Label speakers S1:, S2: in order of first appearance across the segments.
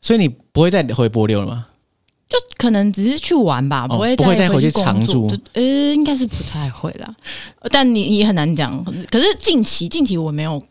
S1: 所以你不会再回柏流了吗？
S2: 就可能只是去玩吧，
S1: 哦
S2: 不会
S1: 不会再
S2: 回
S1: 回去
S2: 工
S1: 常
S2: 作
S1: 住。
S2: 对呃，应该是不太会啦。呃但你也很难讲。可是近期，近期我没有，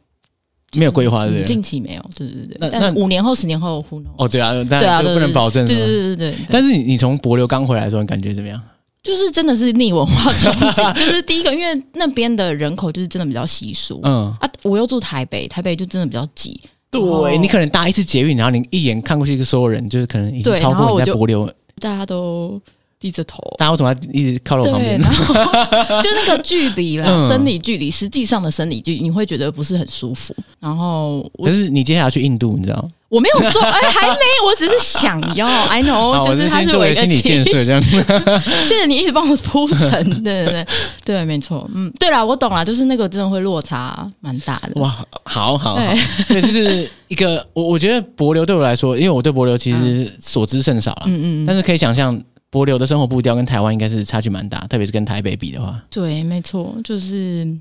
S1: 没有规划，啊对
S2: 嗯
S1: 不对？
S2: 近期没有。对对对。
S1: 那
S2: 但
S1: 那
S2: 五年后、十年后，who knows？
S1: 哦，对啊，当
S2: 对啊
S1: 然这个
S2: 对
S1: 不能
S2: 对
S1: 保证
S2: 对
S1: 什
S2: 对
S1: 么。
S2: 对对对。
S1: 但是你你从柏流刚回来的时候，你感觉怎么样？
S2: 就是真的是逆文化冲 击，就是第一个，因为那边的人口就是真的比较稀疏、
S1: 嗯，
S2: 啊。我又住台北，台北就真的比较挤，
S1: 对你可能搭一次捷运，然后你一眼看过去，个所有人就是可能已经
S2: 对
S1: 超
S2: 然后
S1: 过
S2: 我
S1: 你在
S2: 就
S1: 柏流，
S2: 大家都低着头。
S1: 大家为什么要一直靠到我旁
S2: 对，
S1: 边？
S2: 然后 就那个距离啦，
S1: 嗯
S2: 生理距离，实际上的生理距离，你会觉得不是很舒服。然后我
S1: 可是你接下来要去印度，你知道吗？
S2: 我没有 说，哎、还没，我只是想要，I
S1: 啊
S2: know，
S1: 我
S2: 哦就是它
S1: 先
S2: 是
S1: 做
S2: 我
S1: 个
S2: 一个
S1: 心理建设，这样。
S2: 谢谢你一直帮我铺陈，对对对，对，没错，嗯，对啦，我懂啦，就是那个真的会落差蛮大的，
S1: 哇，好好，好
S2: 对，
S1: 对，就是一个我我觉得柏流对我来说，因为我对柏流其实所知甚少啦，
S2: 嗯嗯嗯，
S1: 但是可以想象柏流的生活步调跟台湾应该是差距蛮大，特别是跟台北比的话，
S2: 对，没错，就是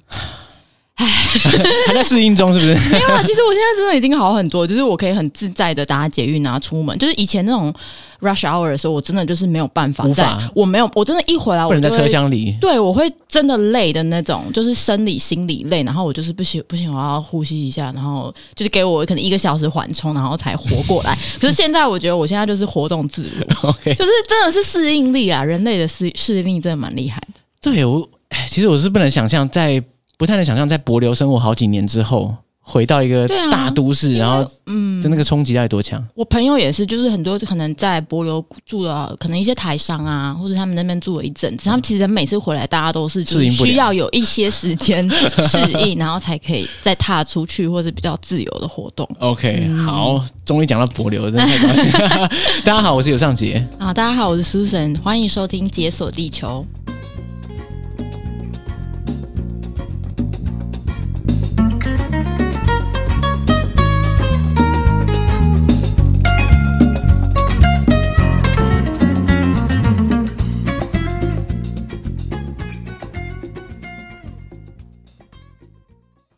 S1: 还在适应中，是不是？
S2: 没有 啊，其实我现在真的已经好很多，就是我可以很自在的搭捷运啊出门。就是以前那种 rush hour 的时候，我真的就是没有办法在，
S1: 无法
S2: 我没有，我真的一回 来
S1: 不
S2: 我
S1: 能在
S2: 就
S1: 车
S2: 会。
S1: 厢里。
S2: 对，我会真的累的那种，就是生理、心理累，然后我就是不行，不行，我要呼吸一下，然后就是给我可能一个小时缓冲，然后才活过 来。可是现在我觉得我现在就是活动自如，
S1: OK，
S2: 就是真的是适应力啊，人类的适适应力真的蛮厉害的。
S1: 对我，哎其实我是不能想象在，不太能想象在柏流生活好几年之后，回到一个
S2: 对啊
S1: 大都市，
S2: 因为
S1: 然后嗯，就那个冲击到底多强？
S2: 我朋友也是，就是很多可能在博流住了，可能一些台商啊，或者他们那边住了一阵子，他们其实每次回来，大家都是
S1: 嗯
S2: 就
S1: 适
S2: 是
S1: 应不了
S2: 需要有一些时间适应， 然后才可以再踏出去，或者比较自由的活动。
S1: OK，、好，终于讲到柏流，真的太高兴。 大家好，我是尤尚杰。
S2: 啊，大家好，我是 Susan，欢迎收听《解锁地球》。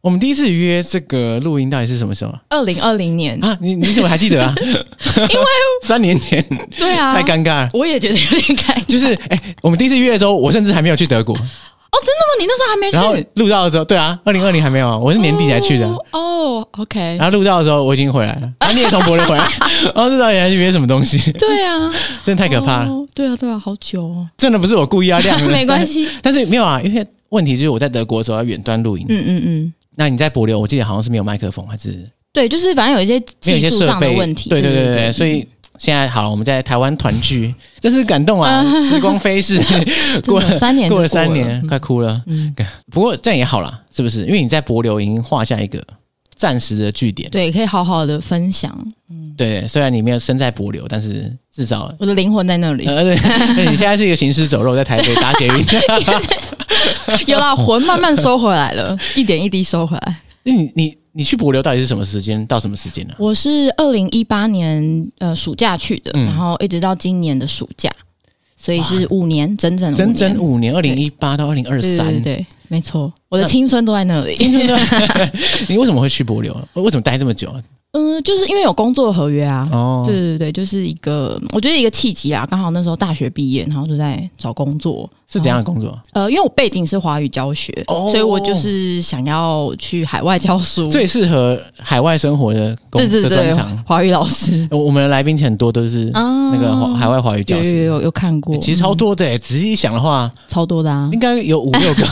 S1: 我们第一次约这个录音到底是什么时候啊？
S2: 二零二零年，
S1: 啊，你你怎么还记得啊？ 因为三年前
S2: 对啊，
S1: 太尴尬了。
S2: 我也觉得有点尴尬。
S1: 就是哎、我们第一次约的时候，我甚至还没有去德国，
S2: 哦，真的吗？你那时候还没去？
S1: 然后录到的时候，对啊，二零二零还没有啊，我是年底才去的。啊
S2: 哦哦，OK，
S1: 然后录到的时候，我已经回来 了，然后你也从柏林回来，然后这到底还是约什么东西？
S2: 对啊，
S1: 真的太可怕了，
S2: 哦对啊，对啊，好久哦，
S1: 真的不是我故意要亮的，
S2: 没关系。
S1: 但是。但是没有啊，因为问题就是我在德国的时候要远端录音，
S2: 嗯嗯嗯。
S1: 那你在柏流，我记得好像是没有麦克风，还是
S2: 对，就是反正有一些
S1: 没有一
S2: 技
S1: 些
S2: 术
S1: 设
S2: 上的
S1: 备
S2: 问题。嗯
S1: 对对对对对，所以现在好了，我们在台湾团聚，真是感动啊！时光飞逝，
S2: 真
S1: 过了
S2: 的三 年就
S1: 过了三年，
S2: 嗯
S1: 快哭了。
S2: 嗯，
S1: 不过这样也好啦，是不是？因为你在柏流已经画下一个暂时的据点。
S2: 对，可以好好的分享，
S1: 对，虽然你没有身在柏流，但是至少。
S2: 我的灵魂在那里。
S1: 呃，对，对你现在是一个行尸走肉，在台北搭捷 运。呃
S2: 有啦，魂慢慢收回来了，一点一滴收回来。
S1: 那你你你去柏流到底是什么时间？到什么时间啊呢、
S2: 我是二零一八年呃暑假去的，
S1: 嗯
S2: 然后一直到今年的暑假，所以是五年，整整
S1: 整整
S2: 五
S1: 五年，二零一八到二零二
S2: 年对
S1: 三
S2: 对对，对没错，我的青春都在那里。
S1: 青春的。 你为什么会去柏流？为什么待这么久？啊
S2: 嗯，就是因为有工作合约啊。
S1: 哦，
S2: 对对对，就是一个，我觉得一个契机啦。刚好那时候大学毕业，然后就在找工作，
S1: 是怎样的工作？
S2: 呃，因为我背景是华语教学，
S1: 哦
S2: 所以我就是想要去海外教书。
S1: 最适合海外生活的工
S2: 对对
S1: 的
S2: 对
S1: 专，长。
S2: 华语老师
S1: 呃我们的来宾很多都是
S2: 啊
S1: 那个华海外华语教
S2: 有有
S1: 师，
S2: 有有看过，
S1: 欸其实超多的欸。仔细一想的话，
S2: 超多的啊
S1: 应，该有五六 个。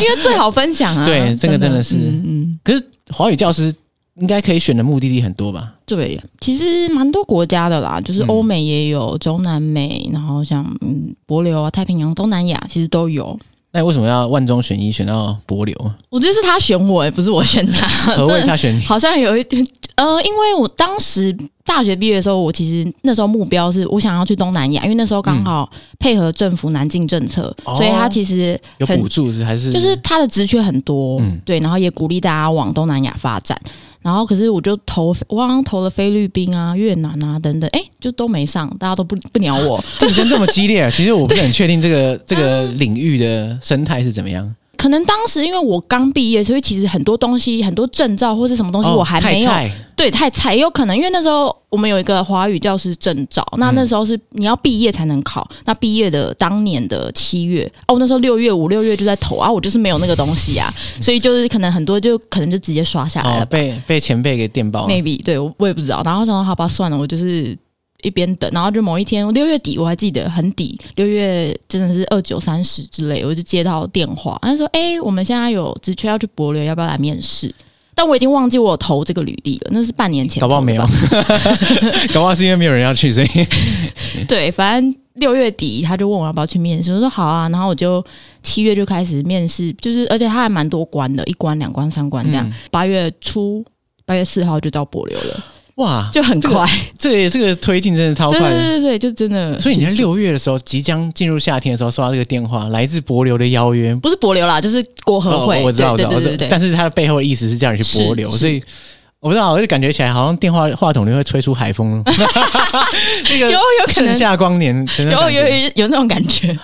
S2: 因为最好分享啊。
S1: 对这个真的是
S2: 嗯嗯，
S1: 可是华语教师应该可以选的目的地很多吧？
S2: 对，其实蛮多国家的啦，就是
S1: 嗯
S2: 欧美也有，中南美，然后像嗯帛琉啊、太平洋、东南亚，其实都有。
S1: 那你为什么要万中选一，选到 柏流？
S2: 我觉得是他选我、欸，不是我选他。
S1: 何谓他选你？
S2: 好像有一点，呃，因为我当时大学毕业的时候，我其实那时候目标是我想要去东南亚，因为那时候刚好配合政府南进政策，
S1: 嗯哦
S2: 所以他其实
S1: 有
S2: 很
S1: 补助是还是
S2: 就是他的职缺很多，
S1: 嗯
S2: 对，然后也鼓励大家往东南亚发展。然后可是我就投，我好像投了菲律宾啊、越南啊等等，哎，就都没上，大家都不不鸟我。
S1: 啊 竞争这么激烈？其实我不是很确定这个这个领域的生态是怎么样。
S2: 可能当时因为我刚毕业，所以其实很多东西、很多证照或是什么东西
S1: 哦
S2: 我还没有、
S1: 太菜
S2: 对太菜，也有可能因为那时候我们有一个华语教师证照，那
S1: 嗯
S2: 那时候是你要毕业才能考，那毕业的当年的七月，哦，那时候六月五六月就在投啊，我就是没有那个东西啊，所以就是可能很多就可能就直接刷下来了
S1: 哦，被被前辈给电爆了。
S2: maybe 对我我也不知道。然后想说好吧，算了，我就是一边等。然后就某一天六月底，我还记得很底，六月真的是二九三十之类，我就接到电话，他说：“哎、我们现在有职缺要去博流，要不要来面试？”但我已经忘记我有投这个履历了，那是半年前，
S1: 搞不好没有。， 搞不好是因为没有人要去，所 以
S2: 对，反正六月底他就问我要不要去面试，我说好啊，然后我就七月就开始面试，就是而且他还蛮多关的，一关、两关、三关这样
S1: 嗯。
S2: 八、月初，八月四号就到博流了，
S1: 哇，
S2: 就很
S1: 这个
S2: 快。
S1: 这个这个推进真的超
S2: 对
S1: 快
S2: 对
S1: 的。
S2: 对对，就真的。
S1: 所以你在六月的时候，即将进入夏天的时候，收到这个电话，来自柏流的邀约。
S2: 不是博流啦，就是国和会。
S1: 哦、我知道，我知
S2: 对
S1: 道，
S2: 对
S1: 我知
S2: 对
S1: 道
S2: 对。对。
S1: 但是它的背后的意思是叫你去
S2: 是
S1: 柏流，
S2: 是
S1: 所以我不知道，我就感觉起来好像电话话筒就会吹出海 风，那
S2: 有
S1: 个
S2: 有可
S1: 盛
S2: 能
S1: 夏光年的那种
S2: 有
S1: 感觉。
S2: 有有有那种感觉。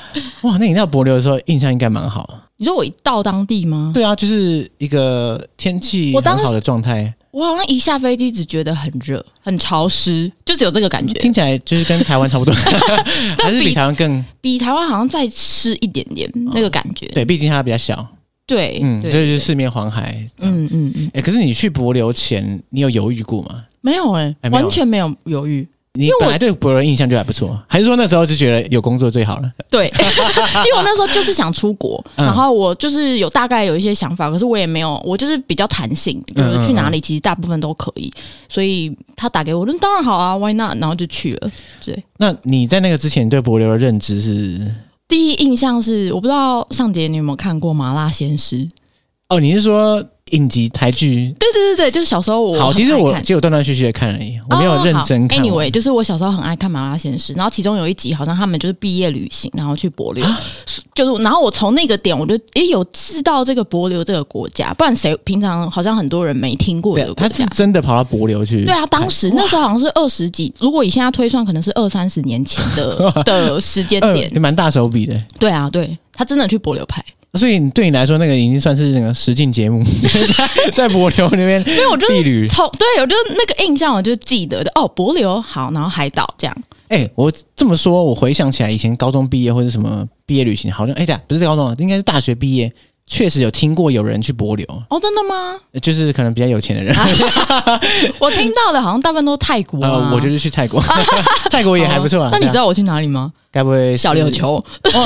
S1: 哇，那你到柏流的时候，印象应该蛮好。
S2: 你说我一到当地吗？
S1: 对啊，就是一个天气
S2: 我当
S1: 很好的状态，
S2: 我好像一下飞机只觉得很热、很潮湿，就只有这个感觉，
S1: 听起来就是跟台湾差不 多，还
S2: 但
S1: 是比
S2: 比
S1: 台湾更
S2: 比台湾好像再湿一点点那个感觉。
S1: 对，毕竟它比较小，
S2: 对，
S1: 哦嗯，所
S2: 对
S1: 以
S2: 对
S1: 就是
S2: 对
S1: 四面环海。
S2: 嗯嗯嗯，
S1: 哎、可是你去柏流前，你有犹豫过吗？
S2: 没有哎
S1: 哎，没有
S2: 完全没有犹豫。
S1: 你
S2: 为我
S1: 本来对柏流印象就还不错，还是说那时候就觉得有工作最好了？
S2: 对， 因为我那时候就是想出国，
S1: 嗯
S2: 然后我就是有大概有一些想法，可是我也没有，我就是比较弹性，就
S1: 嗯
S2: 是去哪里其实大部分都可以，所以他打给我，那当然好啊，Why not？然后就去了。
S1: 那你在那个之前对柏流的认知是？
S2: 第一印象是，我不知道尚杰你有没有看过《麻辣鲜师》？
S1: 哦，你是说影集台剧？
S2: 对对对对，就是小时候我
S1: 好，
S2: 很
S1: 其实
S2: 爱
S1: 我
S2: 看
S1: 其实我断断续续的看而已，我没有认真看完。
S2: 哦好 Anyway，就是我小时候很爱看《麻辣鲜师》，然后其中有一集好像他们就是毕业旅行，然后去博
S1: 啊
S2: 流，就是然后我从那个点我就诶有知道这个博流这个国家，不然谁平常好像很多人没听过这
S1: 对
S2: 个，国
S1: 他
S2: 家
S1: 是。真的跑到柏流去。
S2: 对啊，当时那时候好像是二十几，如果以现在推算，可能是二三十年前 的的时间
S1: 嗯，
S2: 点。
S1: 也蛮大手笔的。
S2: 对啊，对他真的去博流拍，
S1: 所以你对你来说，那个已经算是那个实境节目， 就是在在柏流那边
S2: 因为我就是
S1: 避旅。
S2: 从对我就那个印象，我就记得哦，柏流好，然后海岛这样，
S1: 哎、我这么说，我回想起来，以前高中毕业或者什么毕业旅行，好像哎，对、不是高中啊，应该是大学毕业，确实有听过有人去柏流，呃
S2: 哦，真的 吗？
S1: 就是可能比较有钱的人。
S2: 啊我听到的好像大部分都泰国、啊
S1: 呃，我就是去泰 国，泰国也还不错啊
S2: 哦。那你
S1: 对啊
S2: 知道我去哪里吗？
S1: 该不会是
S2: 小琉球，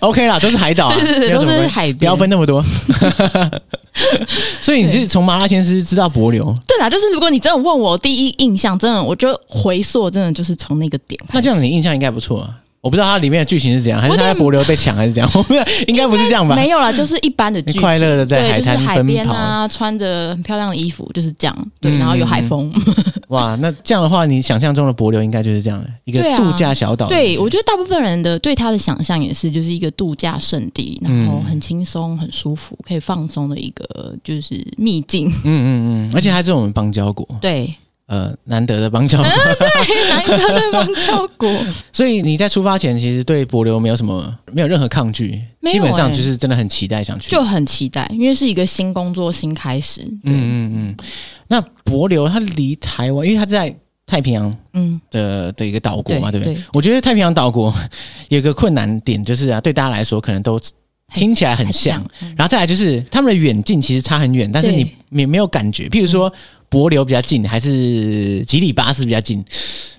S1: ？OK 啦，都是海岛、啊，
S2: 对对
S1: 没
S2: 对，
S1: 有
S2: 都
S1: 什么关
S2: 是
S1: 系
S2: 海边。
S1: 不要分那么 多。 所以你是从麻辣鲜师知道柏流，
S2: 对啦，就是如果你真的问我第一印象，真的，我觉得回溯真的就是从那个点开始。
S1: 那这样你印象应该不错啊。我不知道它里面的剧情是怎样，还是
S2: 我
S1: 他
S2: 觉得
S1: 在柏流被抢，还是怎样？ 我不知道，应该不是这样吧？
S2: 没有啦，就是一 般的剧情，
S1: 快乐地在
S2: 对
S1: 海
S2: 就是
S1: 滩
S2: 海
S1: 奔
S2: 边
S1: 跑
S2: 啊，穿着很漂亮的衣服，就是这样。对，
S1: 嗯
S2: 然后有海风。
S1: 哇，那这样的话，你想象中的柏流应该就是这样的一个
S2: 对啊
S1: 度假小岛的感觉。
S2: 对，我觉得大部分人的对他的想象也是，就是一个度假胜地，然后很轻松、很舒服，可以放松的一个就是秘境。
S1: 嗯嗯嗯，而且它是我们邦交国，
S2: 对，
S1: 呃，难得的邦交国。
S2: 啊难得的邦交国。
S1: 所以你在出发前，其实对柏流没有什么，没有任何抗拒，
S2: 没有
S1: 基本上
S2: 欸
S1: 就是真的很期待想去。
S2: 就很期待，因为是一个新工作、新开始。
S1: 嗯
S2: 嗯
S1: 嗯嗯。那柏流它离台湾，因为它在太平洋
S2: 嗯，
S1: 的的一个岛国嘛，对不
S2: 对
S1: 对？
S2: 对
S1: 我觉得太平洋岛国有个困难点就是啊，对大家来说可能都听起来很像，
S2: 嗯
S1: 然后再来就是他们的远近其实差很远，但是你
S2: 对
S1: 你没有感觉。譬如说柏流比较近，还是吉里巴斯比较近，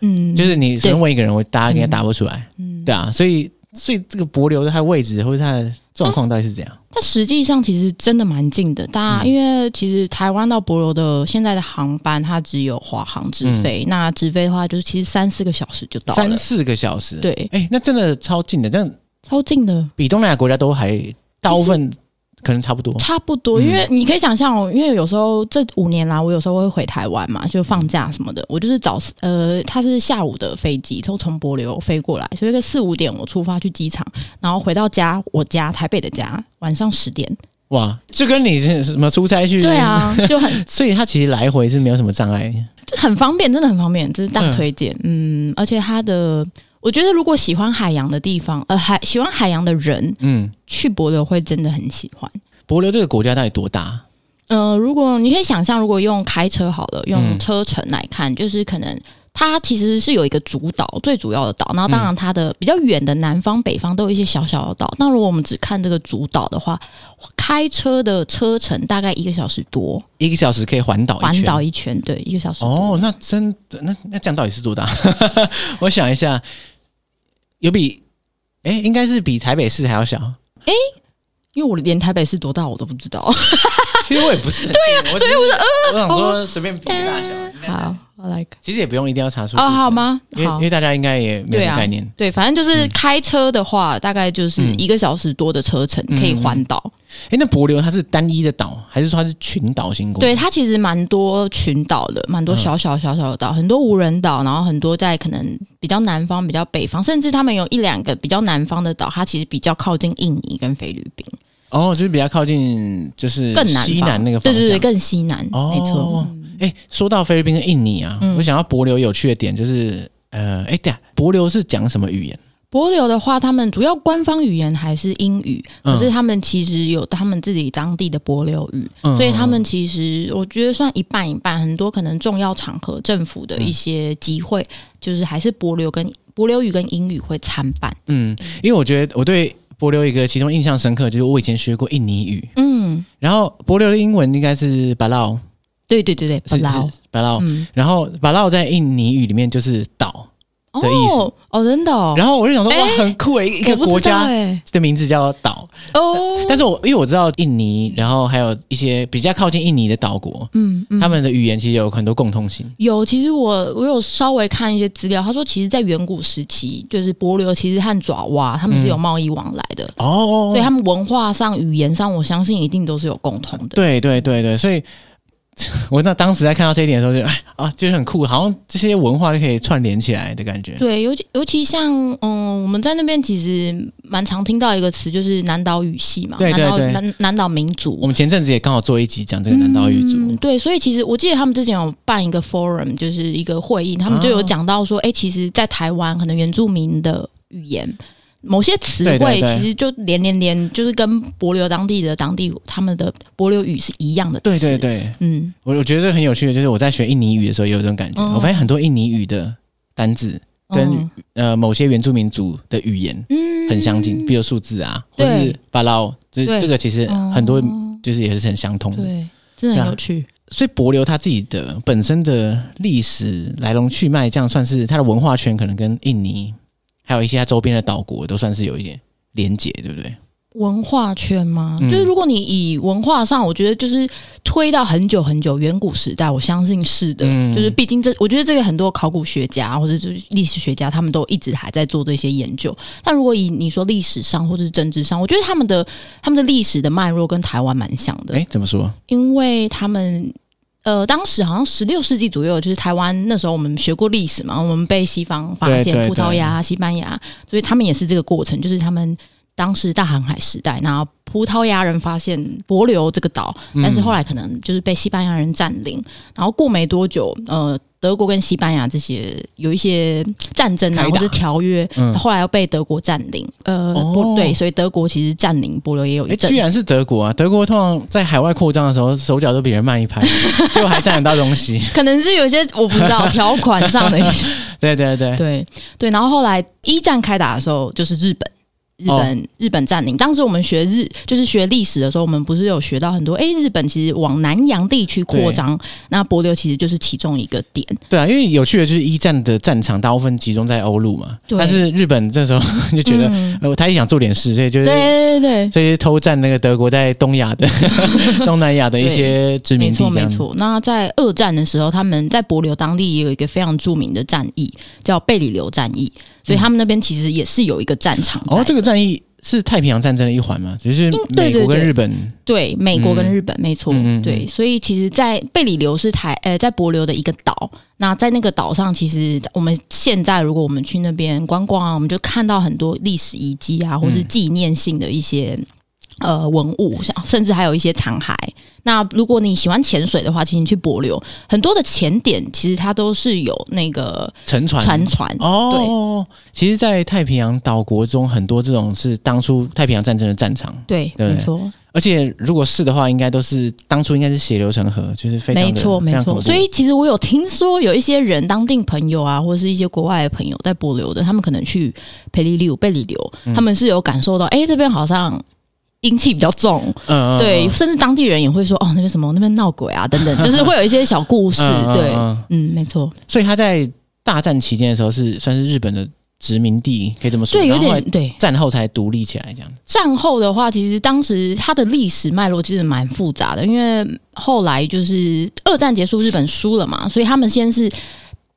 S2: 嗯，
S1: 就是你随便问一个人，我大家应该答不出来，
S2: 嗯，
S1: 对啊，所以。所以这个柏流的它的位置或者它的状况到底是怎样？
S2: 但实际上其实真的蛮近的。大家、
S1: 嗯
S2: 因为其实台湾到博罗的现在的航班，它只有华航直飞，那直飞的话就是其实三四个小时就到
S1: 嗯三
S2: 了，
S1: 四个哦小时，，
S2: 对，
S1: 哎、那真的超近的，但
S2: 超近的。
S1: 比东南亚国家都还大部分可能差不多。
S2: 差不多，
S1: 嗯
S2: 因为你可以想象哦，因为有时候这五年来，我有时候会回台湾嘛，就放假什么
S1: 嗯
S2: 的，我就是早呃，它是下午的飞机，从从柏流飞过来，所以个四五点我出发去机场，然后回到家，我家台北的家，晚上十点，
S1: 哇，就跟你是什么出差去？
S2: 对，啊，就很
S1: 所以它其实来回是没有什么障碍。
S2: 就很方便，真的很方便，这是大推荐，嗯而且它的。我觉得如果喜欢海洋的地方，呃，海喜欢海洋的人
S1: 嗯，
S2: 去博流会真的很喜欢。
S1: 帛琉这个国家到底多大？
S2: 呃，如果你可以想象，如果用开车好了，
S1: 嗯
S2: 用车程来看，就是可能它其实是有一个主岛，最主要的岛。然后当然它的比较远的南方、北方都有一些小小的岛。那如果我们只看这个主岛的话，开车的车程大概一个小时多，
S1: 一个小时可以环岛一圈
S2: 环岛一圈，对，一个小时多。
S1: 哦，那真的那那这样到底是多大？ 我想一下，有比哎、应该是比台北市还要小。
S2: 因为我连台北市多大我都不知道。
S1: 其实我也不是 对呀、啊所以我说呃，我嗯想说随便比个大小，应该
S2: 好，我来看。
S1: 其实也不用一定要查出
S2: 哦，好？吗？
S1: 因为
S2: 好
S1: 因为，大家应该也没有
S2: 对啊
S1: 概念。嗯
S2: 对，反正就是开车的话，大概就是一个小时多的车程
S1: 嗯
S2: 可以环岛。
S1: 哎、那帛琉它是单一的岛，还是说它是群岛型国？
S2: 对，它其实蛮多群岛的，蛮多小小小小的岛，很多无人岛，然后很多在可能比较南方、比较北方，甚至他们有一两个比较南方的岛，它其实比较靠近印尼跟菲律宾，
S1: 哦，就是比较靠近，就是
S2: 更南
S1: 西
S2: 方
S1: 南那个方
S2: 对
S1: 向。
S2: 对对，更西南，
S1: 哦，
S2: 没错。。
S1: 哎、说到菲律宾跟印尼啊，
S2: 嗯
S1: 我想要帛琉有趣的点就是，呃，哎、对啊，帛琉是讲什么语言？
S2: 帛琉的话，他们主要官方语言还是英语，可是他们其实有他们自己当地的帛琉语，
S1: 嗯
S2: 所以他们其实我觉得算一半一半，很多可能重要场合、政府的一些集会，就是还是帛琉跟帛琉语跟英语会参半。
S1: 嗯，因为我觉得我对帛琉一个其中印象深刻，就是我以前学过印尼语，
S2: 嗯，
S1: 然后帛琉的英文应该是巴劳，
S2: 对对对对，
S1: 是
S2: 不老，
S1: 巴劳，
S2: 嗯，
S1: 然后巴劳在印尼语里面就是岛，的意思
S2: 哦哦，真的哦，
S1: 然后我就想说哇，
S2: 哎
S1: 很酷诶，一
S2: 我
S1: 个
S2: 不
S1: 国
S2: 知道
S1: 家
S2: 哎，
S1: 的名字叫岛，
S2: 哦，
S1: 但是我因为我知道印尼，然后还有一些比较靠近印尼的岛国，
S2: 嗯嗯，
S1: 他们的语言其实有很多共通性。
S2: 有，其实我我有稍微看一些资料，他说其实，在远古时期，就是帛琉其实和爪哇他们
S1: 嗯
S2: 是有贸易往来的，
S1: 哦，
S2: 所以他们文化上、语言上，我相信一定都是有共同的。
S1: 对对对对，所以 我那当时在看到这一点的时候就，哎啊，就是很酷，好像这些文化就可以串联起来的感觉。
S2: 对，尤其尤其像嗯，我们在那边其实蛮常听到一个词，就是南岛语系嘛，
S1: 对对对
S2: 南岛南南岛民族，
S1: 我们前阵子也刚好做一集讲这个南岛语族，
S2: 嗯对，所以其实我记得他们之前有办一个 forum，就是一个会议，他们就
S1: 哦
S2: 有讲到说，哎、其实，在台湾可能原住民的语言。某些词
S1: 对对
S2: 汇
S1: 对
S2: 其实就连连连，就是跟帛琉当地的当地他们的帛琉语是一样的词。
S1: 对对，对，
S2: 嗯，
S1: 我我觉得很有趣的就是我在学印尼语的时候也有这种感觉，
S2: 嗯
S1: 我发现很多印尼语的单字跟
S2: 嗯
S1: 呃某些原住民族的语言
S2: 嗯
S1: 很相近，比如数字啊，或
S2: 对
S1: 是巴拉，哦这
S2: 对
S1: 这个其实很多
S2: 哦
S1: 就是也是很相通的。
S2: 对，真的
S1: 对啊
S2: 很有趣。
S1: 所以帛琉它自己的本身的历史来龙去脉，这样算是它的文化圈可能跟印尼还有一些它周边的岛国都算是有一些连结，对不对？
S2: 文化圈吗？
S1: 嗯
S2: 就是如果你以文化上，我觉得就是推到很久很久远古时代，我相信是的。
S1: 嗯
S2: 就是毕竟这，我觉得这个很多考古学家或者就是历史学家，他们都一直还在做这些研究。但如果以你说历史上或者是政治上，我觉得他们的他们的历史的脉络跟台湾蛮像的，
S1: 哎，怎么说？
S2: 因为他们。呃，当时好像十六世纪左右，就是台湾那时候我们学过历史嘛，我们被西方发
S1: 对
S2: 现
S1: 对
S2: 葡萄牙、西班牙，所以他们也是这个过程，就是他们当时大航海时代，然后葡萄牙人发现帛琉这个岛，
S1: 嗯
S2: 但是后来可能就是被西班牙人占领，然后过没多久，呃，德国跟西班牙这些有一些战争啊
S1: 开打
S2: 或者条约，
S1: 嗯，
S2: 后来又被德国占领，呃，
S1: 哦
S2: 不对，所以德国其实占领帛琉也有
S1: 哎，
S2: 一阵
S1: 居
S2: 子。
S1: 然是德国啊！德国通常在海外扩张的时候，手脚都比人慢一拍，结果还占得到东 西。
S2: 可能是有一些我不知道条款上的一 些，
S1: 对对对，
S2: 对对，然后后来一战开打的时候就是日本。日
S1: 哦
S2: 本、日本占领，当时我们学日就是学历史的时候，我们不是有学到很多？诶，日本其实往南洋地区扩张，那帛琉其实就是其中一个点。
S1: 对啊，因为有趣的就是一战的战场大部分集中在欧陆嘛，
S2: 对
S1: 但是日本这时候就觉得，
S2: 嗯
S1: 呃，他也想做点事，所以就是
S2: 对对对
S1: 所以偷占那个德国在东亚 的东南亚的一些殖
S2: 对，
S1: 民地，
S2: 没
S1: 这
S2: 错
S1: 样
S2: 没错。那在二战的时候，他们在帛琉当地也有一个非常著名的战役，叫贝里流战役，所以他们那边其实也是有一个战场在。
S1: 嗯哦，这个战役是太平洋战争的一环嘛，就是美
S2: 对
S1: 国跟
S2: 对对
S1: 日本，
S2: 对，美国跟日本、没错，
S1: 嗯嗯嗯
S2: 对，所以其实，在贝里流是台呃，在帛琉的一个岛。那在那个岛上，其实我们现在如果我们去那边观光啊，我们就看到很多历史遗迹啊，或是纪念性的一些呃文物，像甚至还有一些残骸。那如果你喜欢潜水的话，请你去帛琉，很多的潜点其实它都是有那个
S1: 沉船
S2: 船船。
S1: 哦，其实，在太平洋岛国中，很多这种是当初太平洋战争的战场，
S2: 对，
S1: 对
S2: 没错，
S1: 而且如果是的话，应该都是当初应该是血流成河，就是非常的
S2: 没错，
S1: 非
S2: 没
S1: 常恐
S2: 错。
S1: 怖
S2: 所以其实我有听说有一些人，当地朋友啊，或者是一些国外的朋友在帛琉的，他们可能去佩里利贝里流，
S1: 嗯
S2: 他们是有感受到，哎、这边好像阴气比较重，
S1: 嗯嗯
S2: 对，
S1: 嗯
S2: 甚至当地人也会说，哦，那边什么那边闹鬼啊，等等，就是会有一些小故事，
S1: 嗯嗯
S2: 对，
S1: 嗯
S2: 嗯，没错，
S1: 所以他在大战期间的时候是算是日本的殖民地，可以这么说，
S2: 对，有
S1: 然后后来
S2: 点对。
S1: 战后才独立起来这样子。
S2: 战后的话，其实当时它的历史脉络其实蛮复杂的，因为后来就是二战结束，日本输了嘛，所以他们先是。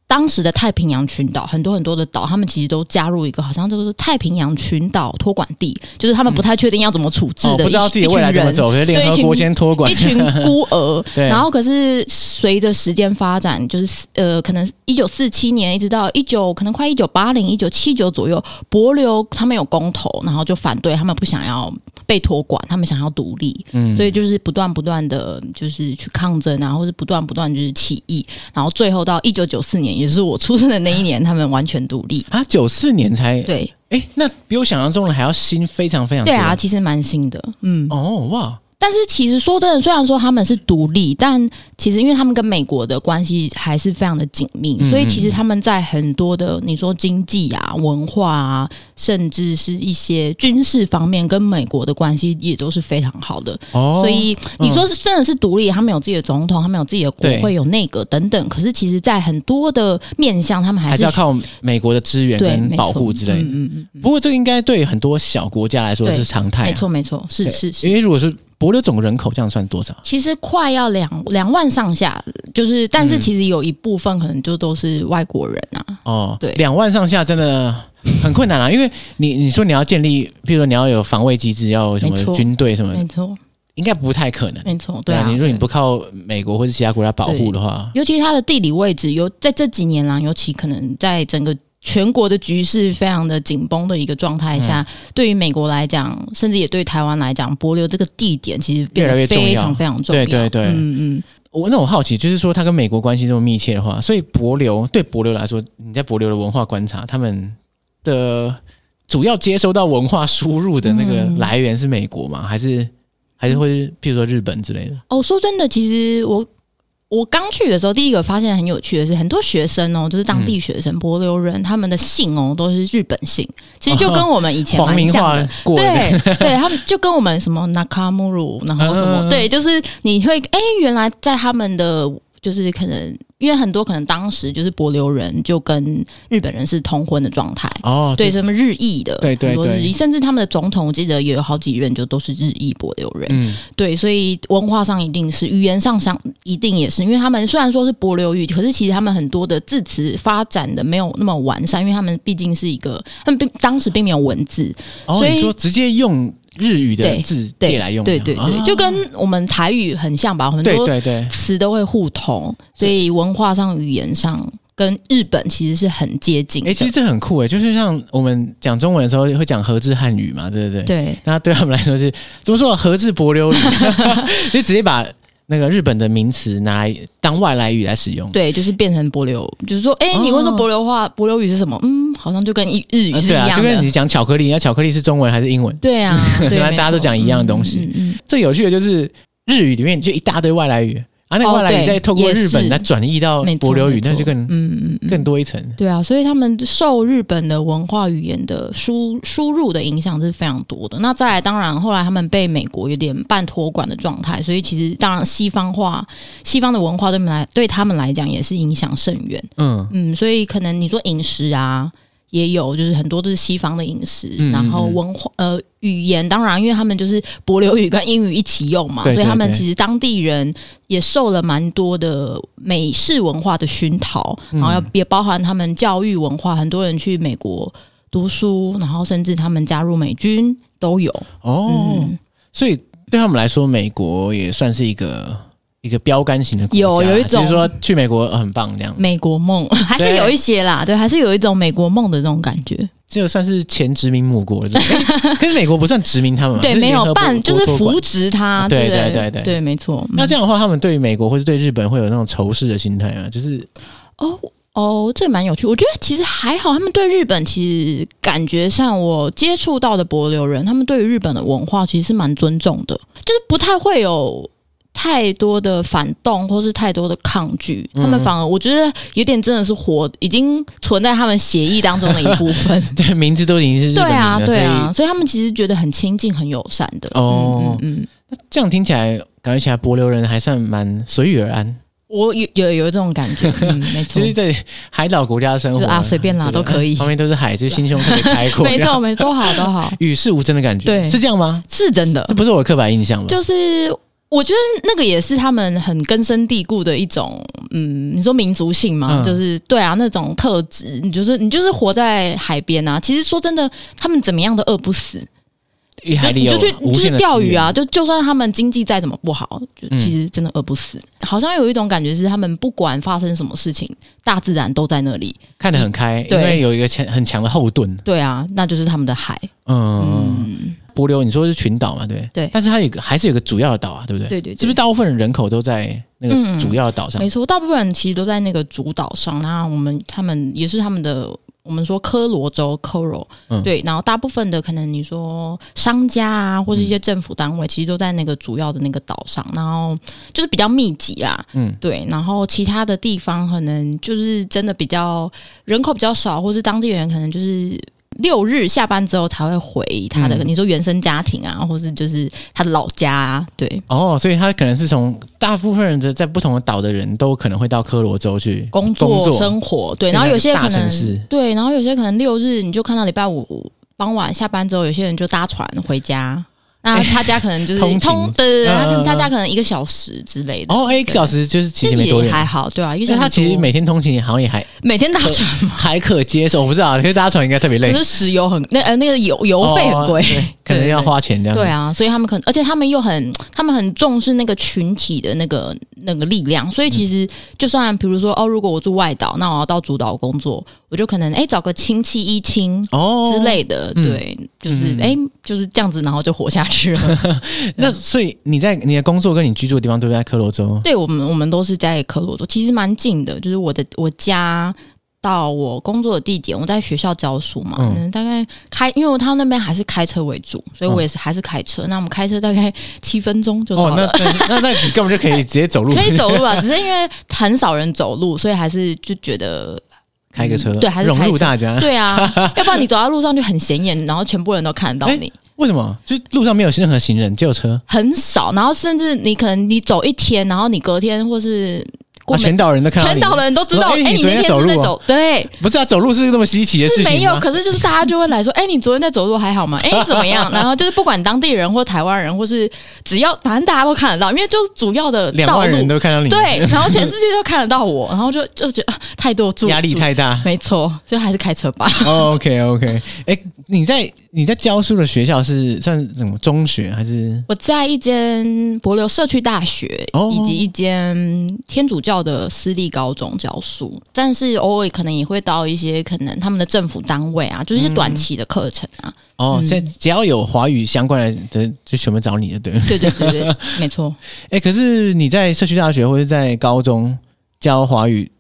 S2: 当时的太平洋群岛很多很多的岛，他们其实都加入一个好像就是太平洋群岛托管地，就是他们不太确定要怎么处置
S1: 哦，
S2: 的
S1: 不
S2: 一
S1: 知道自己
S2: 群一
S1: 未来
S2: 群
S1: 怎么
S2: 人，
S1: 走，可是联合国先托管。
S2: 一。群孤儿
S1: 对
S2: 然后可是随着时间发展，就是呃，可能一九四七年一直到一九，可能快一九八零、一九七九左右，帛琉他们有公投，然后就反对，他们不想要被托管，他们想要独立，
S1: 嗯
S2: 所以就是不断不断的就是去抗争啊，或者不断不断就是起义，然后最后到一九九四年，也就是我出生的那一年，他们完全独立。
S1: 啊，九四年才
S2: 对
S1: 哎，那比我想象中的还要新，非常非常多
S2: 对啊，。其实蛮新的，嗯。
S1: 哦哇，
S2: 但是其实说真的，虽然说他们是独立，但其实因为他们跟美国的关系还是非常的紧密，
S1: 嗯
S2: 所以其实他们在很多的你说经济啊、文化啊，甚至是一些军事方面，跟美国的关系也都是非常好的。
S1: 哦，
S2: 所以你说是真的是独立，他们有自己的总统，他们有自己的国
S1: 对
S2: 会、有内阁等等。可是其实，在很多的面向，他们
S1: 嗯
S2: 还
S1: 还
S2: 是
S1: 是要靠美国的支援
S2: 对
S1: 跟
S2: 没错
S1: 保护之类的。
S2: 嗯嗯嗯，
S1: 不过这个应该对很多小国家来说
S2: 对
S1: 是常态啊，
S2: 没错没错，是
S1: 对
S2: 是是
S1: 因。为如果是帛琉总人口这样算多少？
S2: 其实快要两两万上下，就是，但
S1: 嗯
S2: 是其实有一部分可能就都是外国人啊，
S1: 哦，
S2: 对
S1: 两万上下真的很困难啊，因为你你说你要建立，譬如说你要有防卫机制，要有什么
S2: 没错
S1: 军队什么的，
S2: 没错，
S1: 应该不太可能。
S2: 没错，对啊。
S1: 你如果你
S2: 对
S1: 不靠美国或者其他国家保护的话，
S2: 尤其它的地理位置，尤在这几年啦，尤其可能在整个全国的局势非常的紧绷的一个状态下，
S1: 嗯
S2: 对于美国来讲，甚至也对台湾来讲，帛琉这个地点其实变
S1: 越来越
S2: 得
S1: 重要
S2: 非常非常重要。
S1: 对对对
S2: 嗯嗯，
S1: 我那我好奇就是说，他跟美国关系这么密切的话，所以帛琉对帛琉来说，你在帛琉的文化观察，他们的主要接收到文化输入的那个
S2: 嗯
S1: 来源是美国吗？还是还是会是譬如说日本之类的？
S2: 哦，说真的，其实我我刚去的时候，第一个发现很有趣的是，很多学生哦，就是当
S1: 嗯
S2: 地学生、柏流人，他们的姓哦都是日本姓，其实就跟我们以前
S1: 哦皇
S2: 蛮
S1: 民
S2: 像
S1: 化
S2: 的。
S1: 过的那个
S2: 对对，他们就跟我们什么 Nakamura，然后什么、
S1: 嗯
S2: 对，就是你会哎、原来在他们的就是可能。因为很多可能当时就是柏流人就跟日本人是通婚的状态，
S1: 哦，
S2: 对
S1: 就
S2: 什么日裔的，
S1: 对对
S2: 很多
S1: 对
S2: 日裔，甚至他们的总统我记得也有好几任就都是日裔柏流人，
S1: 嗯，
S2: 对，所以文化上一定是，语言上上一定也是，因为他们虽然说是帛琉语，可是其实他们很多的字词发展的没有那么完善，因为他们毕竟是一个，他们并当时并没有文字，
S1: 哦，
S2: 所以
S1: 你说直接用日语的
S2: 对
S1: 字
S2: 对
S1: 借来用的，
S2: 对对对，
S1: 啊
S2: 就跟我们台语很像吧，很
S1: 对
S2: 多
S1: 对对，
S2: 词都会互通，所以文化上、语言上跟日本其实是很接近
S1: 哎、
S2: 的，
S1: 其实这很酷哎，就是像我们讲中文的时候会讲和制汉语嘛，对不对？。
S2: 对
S1: 那对他们来说是怎么说啊？和制帛 琉语，就直接把那个日本的名词拿来当外来语来使用。
S2: 对，就是变成帛琉，就是说，哎、你会说
S1: 哦
S2: 帛琉话，帛琉语是什么？嗯，好像就跟日日语
S1: 呃
S2: 是一
S1: 对
S2: 样
S1: 啊，
S2: 的，
S1: 就跟你讲巧克力，你要巧克力是中文还是英文？
S2: 对啊， 对，
S1: 大家
S2: 没错
S1: 都讲一样的东西
S2: 嗯嗯嗯
S1: 最有趣的就是日语里面就一大堆外来语，啊，那个
S2: 哦
S1: 外来语
S2: 对
S1: 再透过
S2: 也
S1: 日本
S2: 是
S1: 来转译到
S2: 没错
S1: 帛哦琉语
S2: 没，
S1: 那
S2: 错
S1: 就更、
S2: 嗯嗯嗯
S1: 更多一层。
S2: 对啊，所以他们受日本的文化语言的输输入的影响是非常多的。那再来，当然后来他们被美国有点半托管的状态，所以其实当然西方化、西方的文化对他们来对他们来讲也是影响甚远。
S1: 嗯，
S2: 嗯，所以可能你说饮食啊，也有就是很多都是西方的饮食，
S1: 嗯
S2: 然后
S1: 嗯嗯
S2: 文化呃语言，当然因为他们就是帛琉语跟英语一起用嘛，
S1: 对
S2: 所以
S1: 对
S2: 他们
S1: 对
S2: 其实当地人也受了蛮多的美式文化的熏陶，然
S1: 嗯
S2: 后要也包含他们教育文化，很多人去美国读书，然后甚至他们加入美军都有，
S1: 哦，
S2: 嗯，
S1: 所以对他们来说，美国也算是一个一个标杆型的国家，
S2: 有有一种
S1: 只是说去美国很棒这样。
S2: 美国梦还是有一些啦，对，还是有一种美国梦的那种感觉，
S1: 这个算是前殖民母国了，对不 对可是美国不算殖民他们嘛，
S2: 对，
S1: 嗯是
S2: 没
S1: 联合
S2: 有
S1: 国
S2: 办就是
S1: 国托管
S2: 扶植他，
S1: 对
S2: 不
S1: 对
S2: 对
S1: 对对
S2: 对，没错。
S1: 那
S2: 嗯
S1: 这样的话，他们对美国或是对日本会有那种仇视的心态啊，就是
S2: 哦哦，这蛮有趣。我觉得其实还好，他们对日本其实感觉上，我接触到的博流人，他们对于日本的文化其实是蛮尊重的，就是不太会有。太多的反动或是太多的抗拒，他们
S1: 嗯
S2: 反而我觉得有点真的是活已经存在他们协议当中的一部分。
S1: 对名字都已 经是日
S2: 对
S1: 本名
S2: 啊，
S1: 了，
S2: 对啊
S1: 所，
S2: 所以他们其实觉得很亲近、很友善的。
S1: 哦
S2: 嗯嗯嗯，
S1: 以这样听起来，感觉起来柏流人还算蛮随遇而安，
S2: 我有有有这种感觉，嗯，没 错
S1: 就，是在海岛国家生
S2: 就
S1: 活
S2: 是啊，随便啦，
S1: 对
S2: 都可以，
S1: 旁边都是海，就是心胸特别开 阔，
S2: 没
S1: 这
S2: 错，我
S1: 样
S2: 们都好都好，
S1: 与世无争的感觉，
S2: 对
S1: 是这样吗？
S2: 是真的
S1: 这，不是我的刻板印象吗？
S2: 就是我觉得那个也是他们很根深蒂固的一种，嗯，你说民族性嘛，
S1: 嗯
S2: 就是对啊，那种特质，你就是你就是活在海边啊。其实说真的，他们怎么样都饿不死，
S1: 一海里
S2: 你
S1: 有
S2: 就去你
S1: 无
S2: 就
S1: 限
S2: 去
S1: 的
S2: 钓
S1: 资
S2: 鱼
S1: 源
S2: 啊，，就就算他们经济再怎么不好，就
S1: 嗯
S2: 其实真的饿不死。好像有一种感觉是，他们不管发生什么事情，大自然都在那里。
S1: 看得很开，因
S2: 对
S1: 为有一个强很强的后盾。
S2: 对啊，那就是他们的海。
S1: 嗯，
S2: 嗯，
S1: 波流你说是群岛嘛，对不对？
S2: 对
S1: 但是它有一个还是有一个主要的岛啊，对不对？
S2: 对对对
S1: 是不是大部分人口都在那个
S2: 嗯
S1: 主要的岛上？
S2: 没错，大部分人其实都在那个主岛上。那我们他们也是他们的，我们说科罗州 （Coro），、
S1: 嗯
S2: 对。然后大部分的可能你说商家啊，或是一些政府单位，其实都在那个主要的那个岛上，然后就是比较密集啦。
S1: 嗯
S2: 嗯，对。然后其他的地方可能就是真的比较人口比较少，或是当地人可能就是。六日下班之后才会回他的，
S1: 嗯
S2: 你说原生家庭啊，或是就是他的老家啊，对，
S1: 哦，所以他可能是从大部分人的在不同的岛的人都可能会到科罗州去
S2: 工作、
S1: 工作
S2: 生活，对，
S1: 变
S2: 然后
S1: 成一
S2: 有
S1: 个
S2: 些
S1: 大
S2: 可
S1: 城
S2: 能
S1: 市
S2: 对，然后有些可能六日你就看到礼拜五傍晚下班之后，有些人就搭船回家，那他家可能就 是
S1: 通勤
S2: 对对对，
S1: 嗯
S2: 他可
S1: 嗯
S2: 能他
S1: 嗯
S2: 家可能一个小时之类的，
S1: 哦，哎一个
S2: 对
S1: 小时就是其
S2: 其
S1: 实
S2: 实
S1: 没多
S2: 也还
S1: 远。
S2: 好，对啊，因为
S1: 所以他其实每
S2: 每
S1: 天通勤好像也 还
S2: 每天搭船
S1: 还可接受，我不知道，可是搭船应该特 别累
S2: 可，是石油很那呃那个油油费很贵
S1: 哦，对可能要花钱这样。
S2: 对，啊，所以他们可能，而且他们又很，他们很重视那个群体的那个那个力量，所以
S1: 嗯
S2: 其实就算比如说哦，如果我住外岛，那我要到主岛工作，我就可能哎、找个亲戚一亲
S1: 哦
S2: 之。类的，
S1: 嗯
S2: 对，就是
S1: 嗯
S2: 哎、就是这样子，然后就活下去 了。
S1: 那所以你在你的工作跟你居住的地方都在科罗州，
S2: 对我们，我们都是在科罗多，其实蛮近的，就是我的我家。到我工作的地点，我在学校教书嘛，
S1: 嗯
S2: 嗯，大概开，因为他那边还是开车为主，所以我也是还是开车。那我们开车大概七分钟就到
S1: 哦，
S2: 了。
S1: 那那那那你根本就可以直接走路，
S2: 可以走路啊，只是因为很少人走路，所以还是就觉得，
S1: 开个车，
S2: 嗯对还是
S1: 融
S2: 开
S1: 入
S2: 车
S1: 大家。
S2: 对 啊，要不然你走在路上就很显眼，然后全部人都看得到你，
S1: 为什么？就是路上没有任何行人，只有车，
S2: 很少，然后甚至你可能你走一天，然后你隔天或是过
S1: 啊，
S2: 没、
S1: 全岛人都看到
S2: 全
S1: 你
S2: 岛的人都知道，
S1: 说
S2: 哎、
S1: 哎你
S2: 你
S1: 昨
S2: 那
S1: 天
S2: 天
S1: 在走
S2: 是
S1: 路
S2: 在
S1: 哦
S2: 走，对。
S1: 不是啊，走路是那么稀奇的事
S2: 是
S1: 情吗
S2: 没有，可是就是大家就会来说，哎、你昨天在走路还好吗？哎、你怎么样？然后就是不管当地人或台湾人，或是只要反正大家都看得到，因为就是主要的
S1: 两
S2: 道
S1: 万
S2: 路
S1: 人，都看到你，
S2: 对，然后全世界都看得到我，然后就就觉得、啊、太多注
S1: 压力
S2: 注
S1: 太大。
S2: 没错，所以还是开车吧。
S1: 哦 OK OK，哎、你在你在教书的学校是算是什么中学还是？
S2: 我在一间柏流社区大学，
S1: 哦
S2: 以及一间天主教的私立高中教书，但是偶尔可能也会到一些可能他们的政府单位啊，就是一些短期的课程啊。
S1: 哦，
S2: 嗯
S1: 现在只要有华语相关的的，就全部找你的，对。
S2: 对对对对，没错。
S1: 哎、可是你在社区大学或者在高中教华语，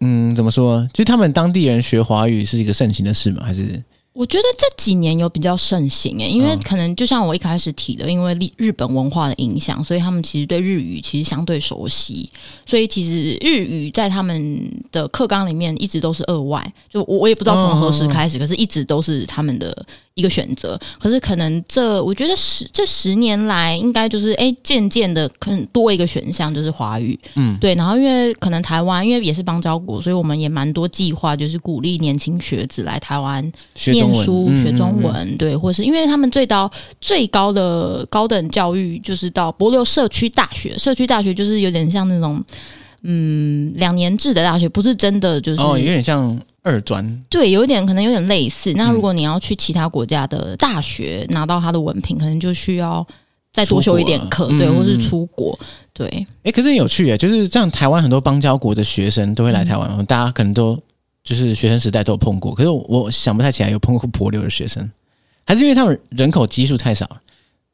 S1: 嗯，怎么说？就是他们当地人学华语是一个盛行的事吗？还是
S2: 我觉得这几年有比较盛行诶、因为
S1: 嗯
S2: 可能就像我一开始提的，因为日日本文化的影响，所以他们其实对日语其实相对熟悉，所以其实日语在他们的课纲里面一直都是二外，就我我也不知道从何时开
S1: 嗯
S2: 始，可是一直都是他们的一个选择。可是可能这我觉得十这十年来，应该就是诶渐渐的可能多一个选项就是华语，
S1: 嗯
S2: 对，然后因为可能台湾因为也是邦交国，所以我们也蛮多计划就是鼓励年轻学子来台湾
S1: 学中
S2: 念
S1: 文？
S2: 书、
S1: 嗯
S2: 学中，文，
S1: 嗯嗯
S2: 对，或是因为他们最高最高的高等教育就是到博流社区大学，社区大学就是有点像那种嗯两年制的大学，不是真的就是、
S1: 哦，有点像二专，
S2: 对，有一点可能有点类似。那
S1: 嗯
S2: 如果你要去其他国家的大学拿到他的文凭，可能就需要再多
S1: 出国
S2: 修一点
S1: 了
S2: 课，对，或是
S1: 嗯嗯嗯
S2: 出国，对。嗯
S1: 哎、可是很有趣耶，就是这样，台湾很多邦交国的学生都会来台湾，大家可能都就是学生时代都有碰过，可是我我想不太起来有碰过柏流的学生，还是因为他们人口基数太少了。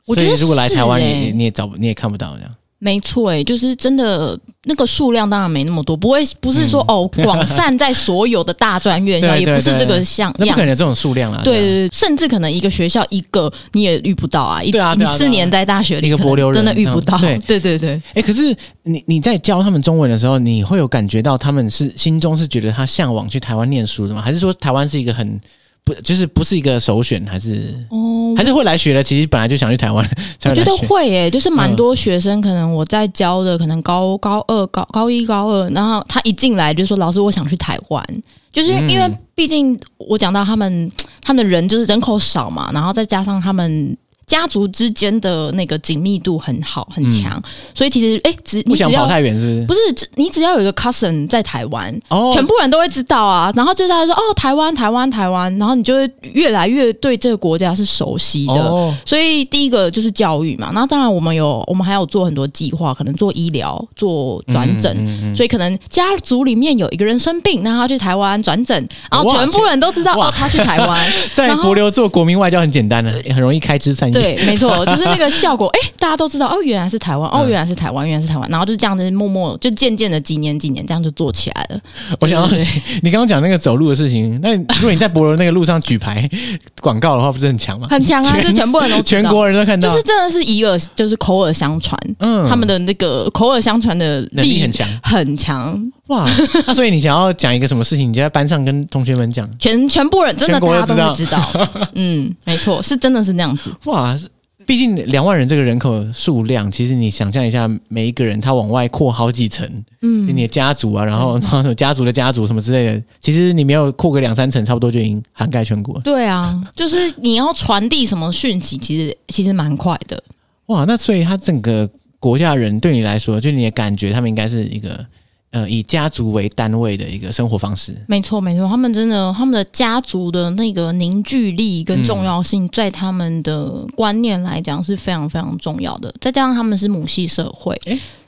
S2: 我觉得
S1: 所以如果来
S2: 是
S1: 台湾，你
S2: 欸
S1: 你你也找不你也看不到这样。
S2: 没错，哎，就是真的那个数量当然没那么多，不会不是说、哦广散在所有的大专院校，
S1: 嗯 对
S2: 也
S1: 对
S2: 不是这
S1: 对
S2: 个像
S1: 那不
S2: 样
S1: 可。能有这种数量啦。
S2: 对
S1: 啊这样，
S2: 对对，甚至可能一个学校一个你也遇不到啊！一
S1: 对啊
S2: 你
S1: 对啊对啊
S2: 四年在大学里
S1: 一个
S2: 可能
S1: 柏流人
S2: 真的遇不到。
S1: 这样
S2: 对对对，
S1: 哎、可是你你在教他们中文的时候，你会有感觉到他们是心中是觉得他向往去台湾念书的吗？还是说台湾是一个很不就是不是一个首选？还是
S2: 哦，
S1: 还是会来学的？其实本来就想去台湾， 才
S2: 我
S1: 会
S2: 觉
S1: 来
S2: 得
S1: 学。
S2: 会诶、就是蛮
S1: 嗯
S2: 多学生，可能我在教的，可能高高二、高高一、高二，然后他一进来就说：“老师，我想去台湾。”就是
S1: 嗯
S2: 因为毕竟我讲到他们，他们的人就是人口少嘛，然后再加上他们。家族之间的那个紧密度很好很强，所以其实哎、只你
S1: 嗯不
S2: 只
S1: 想
S2: 要
S1: 跑太远，是不是？
S2: 不是只你只要有一个 cousin 在台湾，
S1: 哦，
S2: 全部人都会知道啊。然后就大家说哦，台湾台湾台湾，然后你就会越来越对这个国家是熟悉的。
S1: 哦，
S2: 所以第一个就是教育嘛，然后当然我们有，我们还有做很多计划，可能做医疗、做转诊，
S1: 嗯嗯嗯
S2: 所以可能家族里面有一个人生病，那他去台湾转诊，然后
S1: 哇
S2: 全部人都知道
S1: 哇
S2: 哦，他去台 湾，
S1: 在
S2: 然后呃
S1: 博流做国民外交很简单的，啊很容易开枝散叶。
S2: 对，没错，就是那个效果，哎、大家都知道哦，原来是台湾，哦，
S1: 嗯
S2: 原来是台湾，原来是台湾，然后就这样子默默就渐渐的几年几年这样就做起来了。
S1: 我想到
S2: 对对
S1: 你刚刚讲那个走路的事情，那如果你在博流那个路上举牌广告的话，不是很强吗？
S2: 很强啊，就全部人都知道
S1: 全国人都看到，
S2: 就是真的是以耳就是口耳相传，
S1: 嗯
S2: 他们的那个口耳相传的
S1: 能力很强。
S2: 很强，
S1: 哇，那所以你想要讲一个什么事情，你就在班上跟同学们讲。
S2: 全全部人真的
S1: 全国
S2: 大
S1: 都
S2: 家都会知道， 嗯，没错，是真的是那样子，
S1: 哇，是毕竟两万人这个人口数量，其实你想象一下，每一个人他往外扩好几层，
S2: 嗯，
S1: 你的家族啊，然后然后什么家族的家族什么之类的，其实你没有扩个两三层，差不多就已经涵盖全国了。
S2: 对啊，就是你要传递什么讯息，其实其实蛮快的，
S1: 哇，那所以他整个国家人对你来说，就你的感觉，他们应该是一个呃以家族为单位的一个生活方式。
S2: 没错没错，他们真的他们的家族的那个凝聚力跟重要性，在他们的观念来讲是非常非常重要的，再加上他们是母系社会，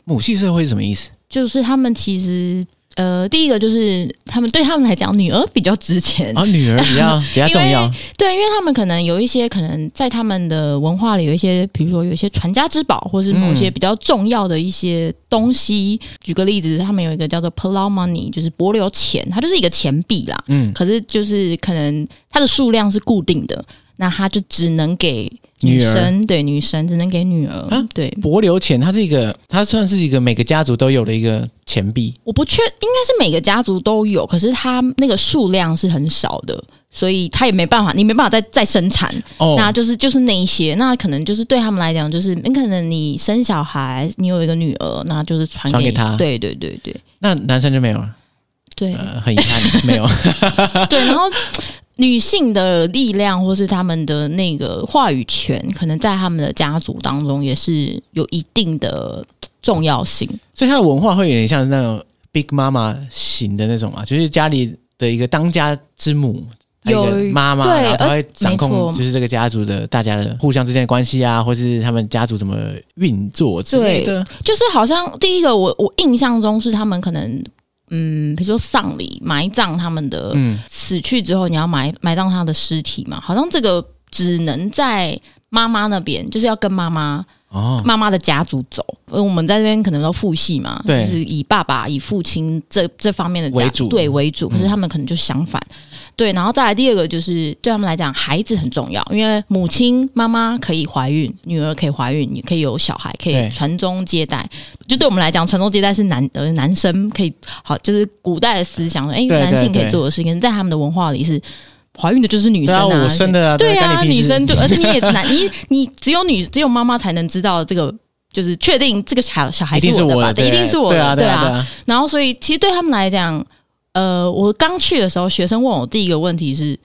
S1: 母系社会是什么意思？
S2: 就是他们其实。呃，第一个就是他们对他们来讲，女儿比较值钱，
S1: 啊，女儿比 较比较重要。
S2: 对，嗯因为他们可能有一些可能在他们的文化里有一些，比如说有一些传家之宝，或是某一些
S1: 嗯
S2: 比较重要的一些东西。举个例子，他们有一个叫做 Palau money，就是帛琉钱，它就是一个钱币啦。
S1: 嗯，
S2: 可是就是可能它的数量是固定的，那它就只能给女
S1: 女儿
S2: 生，对女生只能给女儿。
S1: 啊
S2: 对，
S1: 帛琉钱，它是一个，它算是一个每个家族都有的一个钱币。
S2: 我不确，应该是每个家族都有，可是它那个数量是很少的，所以它也没办法，你没办法再再生产。
S1: 哦，
S2: 那就是就是那一些，那可能就是对他们来讲，就是嗯可能你生小孩，你有一个女儿，那就是传
S1: 传
S2: 给
S1: 给她
S2: 对对对对
S1: 那男生就没有了，
S2: 对、
S1: 呃，很遗憾没有。
S2: 对，然后。 女性的力量，或是他们的那个话语权，可能在他们的家族当中也是有一定的重要性。
S1: 所以他的文化会有点像那种 Big Mama 型的那种嘛，就是家里的一个当家之母。她一个
S2: 有
S1: 妈妈，
S2: 对
S1: 然后她会掌
S2: 呃没
S1: 控，
S2: 错
S1: 就是这个家族的大家的互相之间的关系啊，或是他们家族怎么运作之类的。
S2: 就是好像第一个我，我印象中是他们可能，嗯，比如说丧礼、埋葬他们的
S1: 嗯，
S2: 死去之后，你要埋埋葬他的尸体嘛？好像这个只能在妈妈那边，就是要跟妈妈
S1: 哦，
S2: 妈妈的家族走。呃，我们在这边可能都父系嘛，
S1: 对
S2: 就是以爸爸、以父亲这这方面的家
S1: 为主
S2: 对为主。
S1: 嗯
S2: 可是他们可能就相反，对。然后再来第二个就是对他们来讲，孩子很重要，因为母亲妈妈可以怀孕，女儿可以怀孕，你可以有小孩，可以
S1: 对
S2: 传宗接代。就对我们来讲，传宗接代是男呃男生可以好，就是古代的思想，哎、
S1: 对
S2: 男性可
S1: 对
S2: 以做的事情，在他们的文化里是怀孕的就是女
S1: 对
S2: 生
S1: 啊，我
S2: 而且
S1: 生的啊，
S2: 对啊，
S1: 干你屁
S2: 女
S1: 事
S2: 生就，而且你也是男，你你只有女只有妈妈才能知道这个，就是确定这个小小孩
S1: 一定是
S2: 我的
S1: 我
S2: 吧，
S1: 的，对
S2: 一定是我的，
S1: 对啊，对
S2: 对
S1: 啊，对啊。
S2: 然后所以其实对他们来讲，呃，我刚去的时候，学生问我第一个问题是。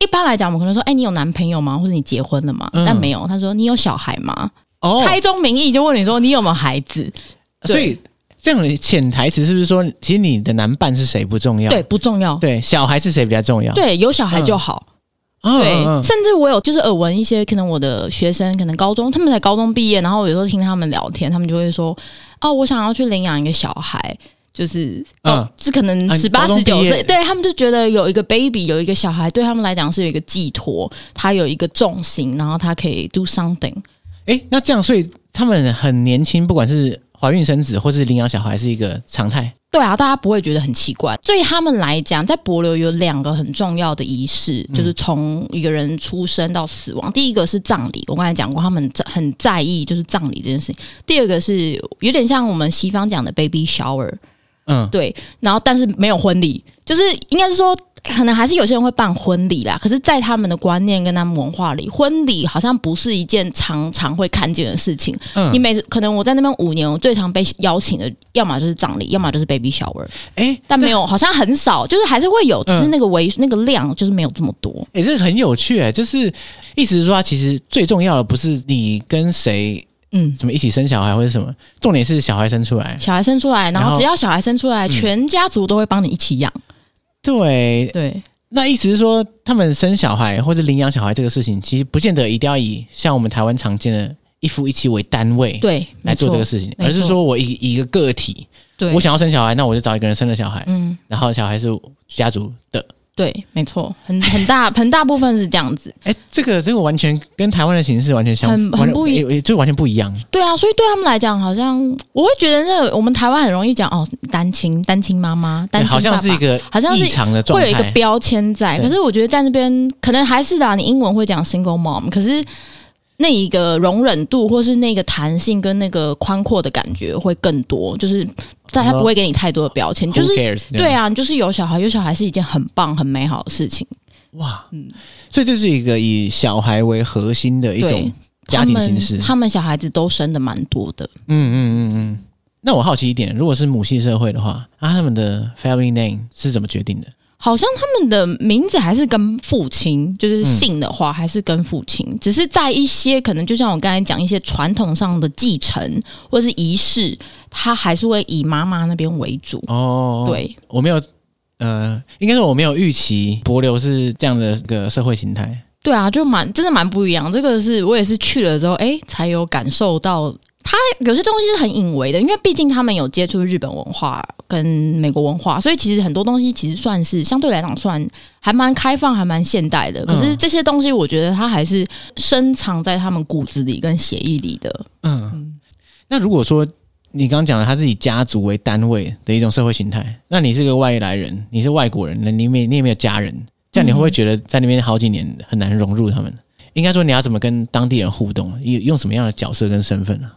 S2: 一般来讲，我们可能说，哎、你有男朋友吗？或者你结婚了吗？
S1: 嗯
S2: 但没有，他说你有小孩吗？
S1: 哦，
S2: 开宗明义就问你说你有没有孩子？
S1: 所以这样的潜台词是不是说，其实你的男伴是谁不重要？
S2: 对，不重要，
S1: 对，啊小孩是谁比较重要？
S2: 对，有小孩就好。
S1: 嗯，
S2: 对，
S1: 嗯嗯
S2: 甚至我有就是耳闻一些可能我的学生，可能高中他们才啊高中毕业，然后我有时候听他们聊天，他们就会说：“哦，我想要去领养一个小孩。”就是
S1: 嗯
S2: 哦，这可能
S1: 啊
S2: 十八
S1: 高中
S2: 十九
S1: 毕业
S2: 岁，对他们就觉得有一个 baby，有一个小孩，对他们来讲是有一个寄托，他有一个重心，然后他可以 do something。
S1: 哎、那这样，所以他们很年轻，不管是怀孕生子或是领养小孩，是一个常态。
S2: 对啊，大家不会觉得很奇怪。对他们来讲，在帛琉有两个很重要的仪式，就是从一个人出生到死亡。第一个是葬礼，我刚才讲过，他们在很在意就是葬礼这件事情。第二个是有点像我们西方讲的 baby shower，
S1: 嗯，
S2: 对，然后但是没有婚礼，就是应该是说，可能还是有些人会办婚礼啦。可是，在他们的观念跟他们文化里，婚礼好像不是一件常常会看见的事情。
S1: 嗯
S2: 你每次可能我在那边五年，我最常被邀请的，要么就是葬礼，要么就是 baby shower，
S1: 哎、
S2: 但没
S1: 有，
S2: 有，好像很少，就是还是会有，只是
S1: 嗯
S2: 那个为、那个量就是没有这么多。
S1: 哎、这很有趣、哎，就是意思是说，其实最重要的不是你跟谁
S2: 嗯，
S1: 什么一起生小孩或者什么，重点是小孩生出来。
S2: 小孩生出来，然
S1: 然
S2: 后
S1: 后
S2: 只要小孩生出来，
S1: 嗯
S2: 全家族都会帮你一起养。
S1: 对，
S2: 对，
S1: 那意思是说，他们生小孩或者领养小孩这个事情，其实不见得一定要以像我们台湾常见的一夫一妻为单位
S2: 对，
S1: 来做这
S2: 没错
S1: 个事情，
S2: 没
S1: 而是
S2: 错
S1: 说我以以一个个体，
S2: 对，
S1: 我想要生小孩，那我就找一个人生了小孩，
S2: 嗯。
S1: 然后小孩是家族的。
S2: 对，没错，很很大 很大部分是这样子。
S1: 哎、这个这个完全跟台湾的形式完全相
S2: 很很
S1: 完全
S2: 不一
S1: 诶诶就完全不一样。
S2: 对啊，所以对他们来讲，好像我会觉得那个我们台湾很容易讲哦，单亲、单亲妈妈、单
S1: 对
S2: 亲爸
S1: 好
S2: 爸，
S1: 像是一个
S2: 好像是
S1: 异常的状
S2: 会有一个
S1: 态，
S2: 标签在。
S1: 对
S2: 可是我觉得在那边可能还是啦，你英文会讲 single mom，可是那一个容忍度或是那个弹性跟那个宽阔的感觉会更多，就是但他不会给你太多的标签，就
S1: Who
S2: 是
S1: cares？
S2: 对，啊，你就是有小孩，有小孩是一件很棒、很美好的事情。
S1: 哇，
S2: 嗯
S1: 所以这是一个以小孩为核心的一
S2: 对
S1: 种家
S2: 他
S1: 庭
S2: 们
S1: 形式。
S2: 他们小孩子都生的蛮多的。
S1: 嗯嗯嗯嗯。那我好奇一点，如果是母系社会的话，啊，他们的 family name 是怎么决定的？
S2: 好像他们的名字还是跟父亲，就是姓的话还是跟父亲，只是在一些可能就像我刚才讲一些传统上的继承或是仪式，他还是会以妈妈那边为主。
S1: 哦，，
S2: 对，
S1: 我没有，呃，应该说我没有预期柏流是这样的一个社会形态。
S2: 对啊，就蛮真的蛮不一样。这个是我也是去了之后，哎、才有感受到。他有些东西是很隐微的，因为毕竟他们有接触日本文化跟美国文化，所以其实很多东西其实算是相对来讲算还蛮开放、还蛮现代的。可是这些东西，我觉得它还是深藏在他们骨子里跟血液里的。
S1: 嗯，那如果说你刚刚讲的，他是以家族为单位的一种社会形态，那你是个外来人，你是外国人，那你没你也没有家人，这样你会不会觉得在那边好几年很难融入他们？应该说你要怎么跟当地人互动，用用什么样的角色跟身份啊？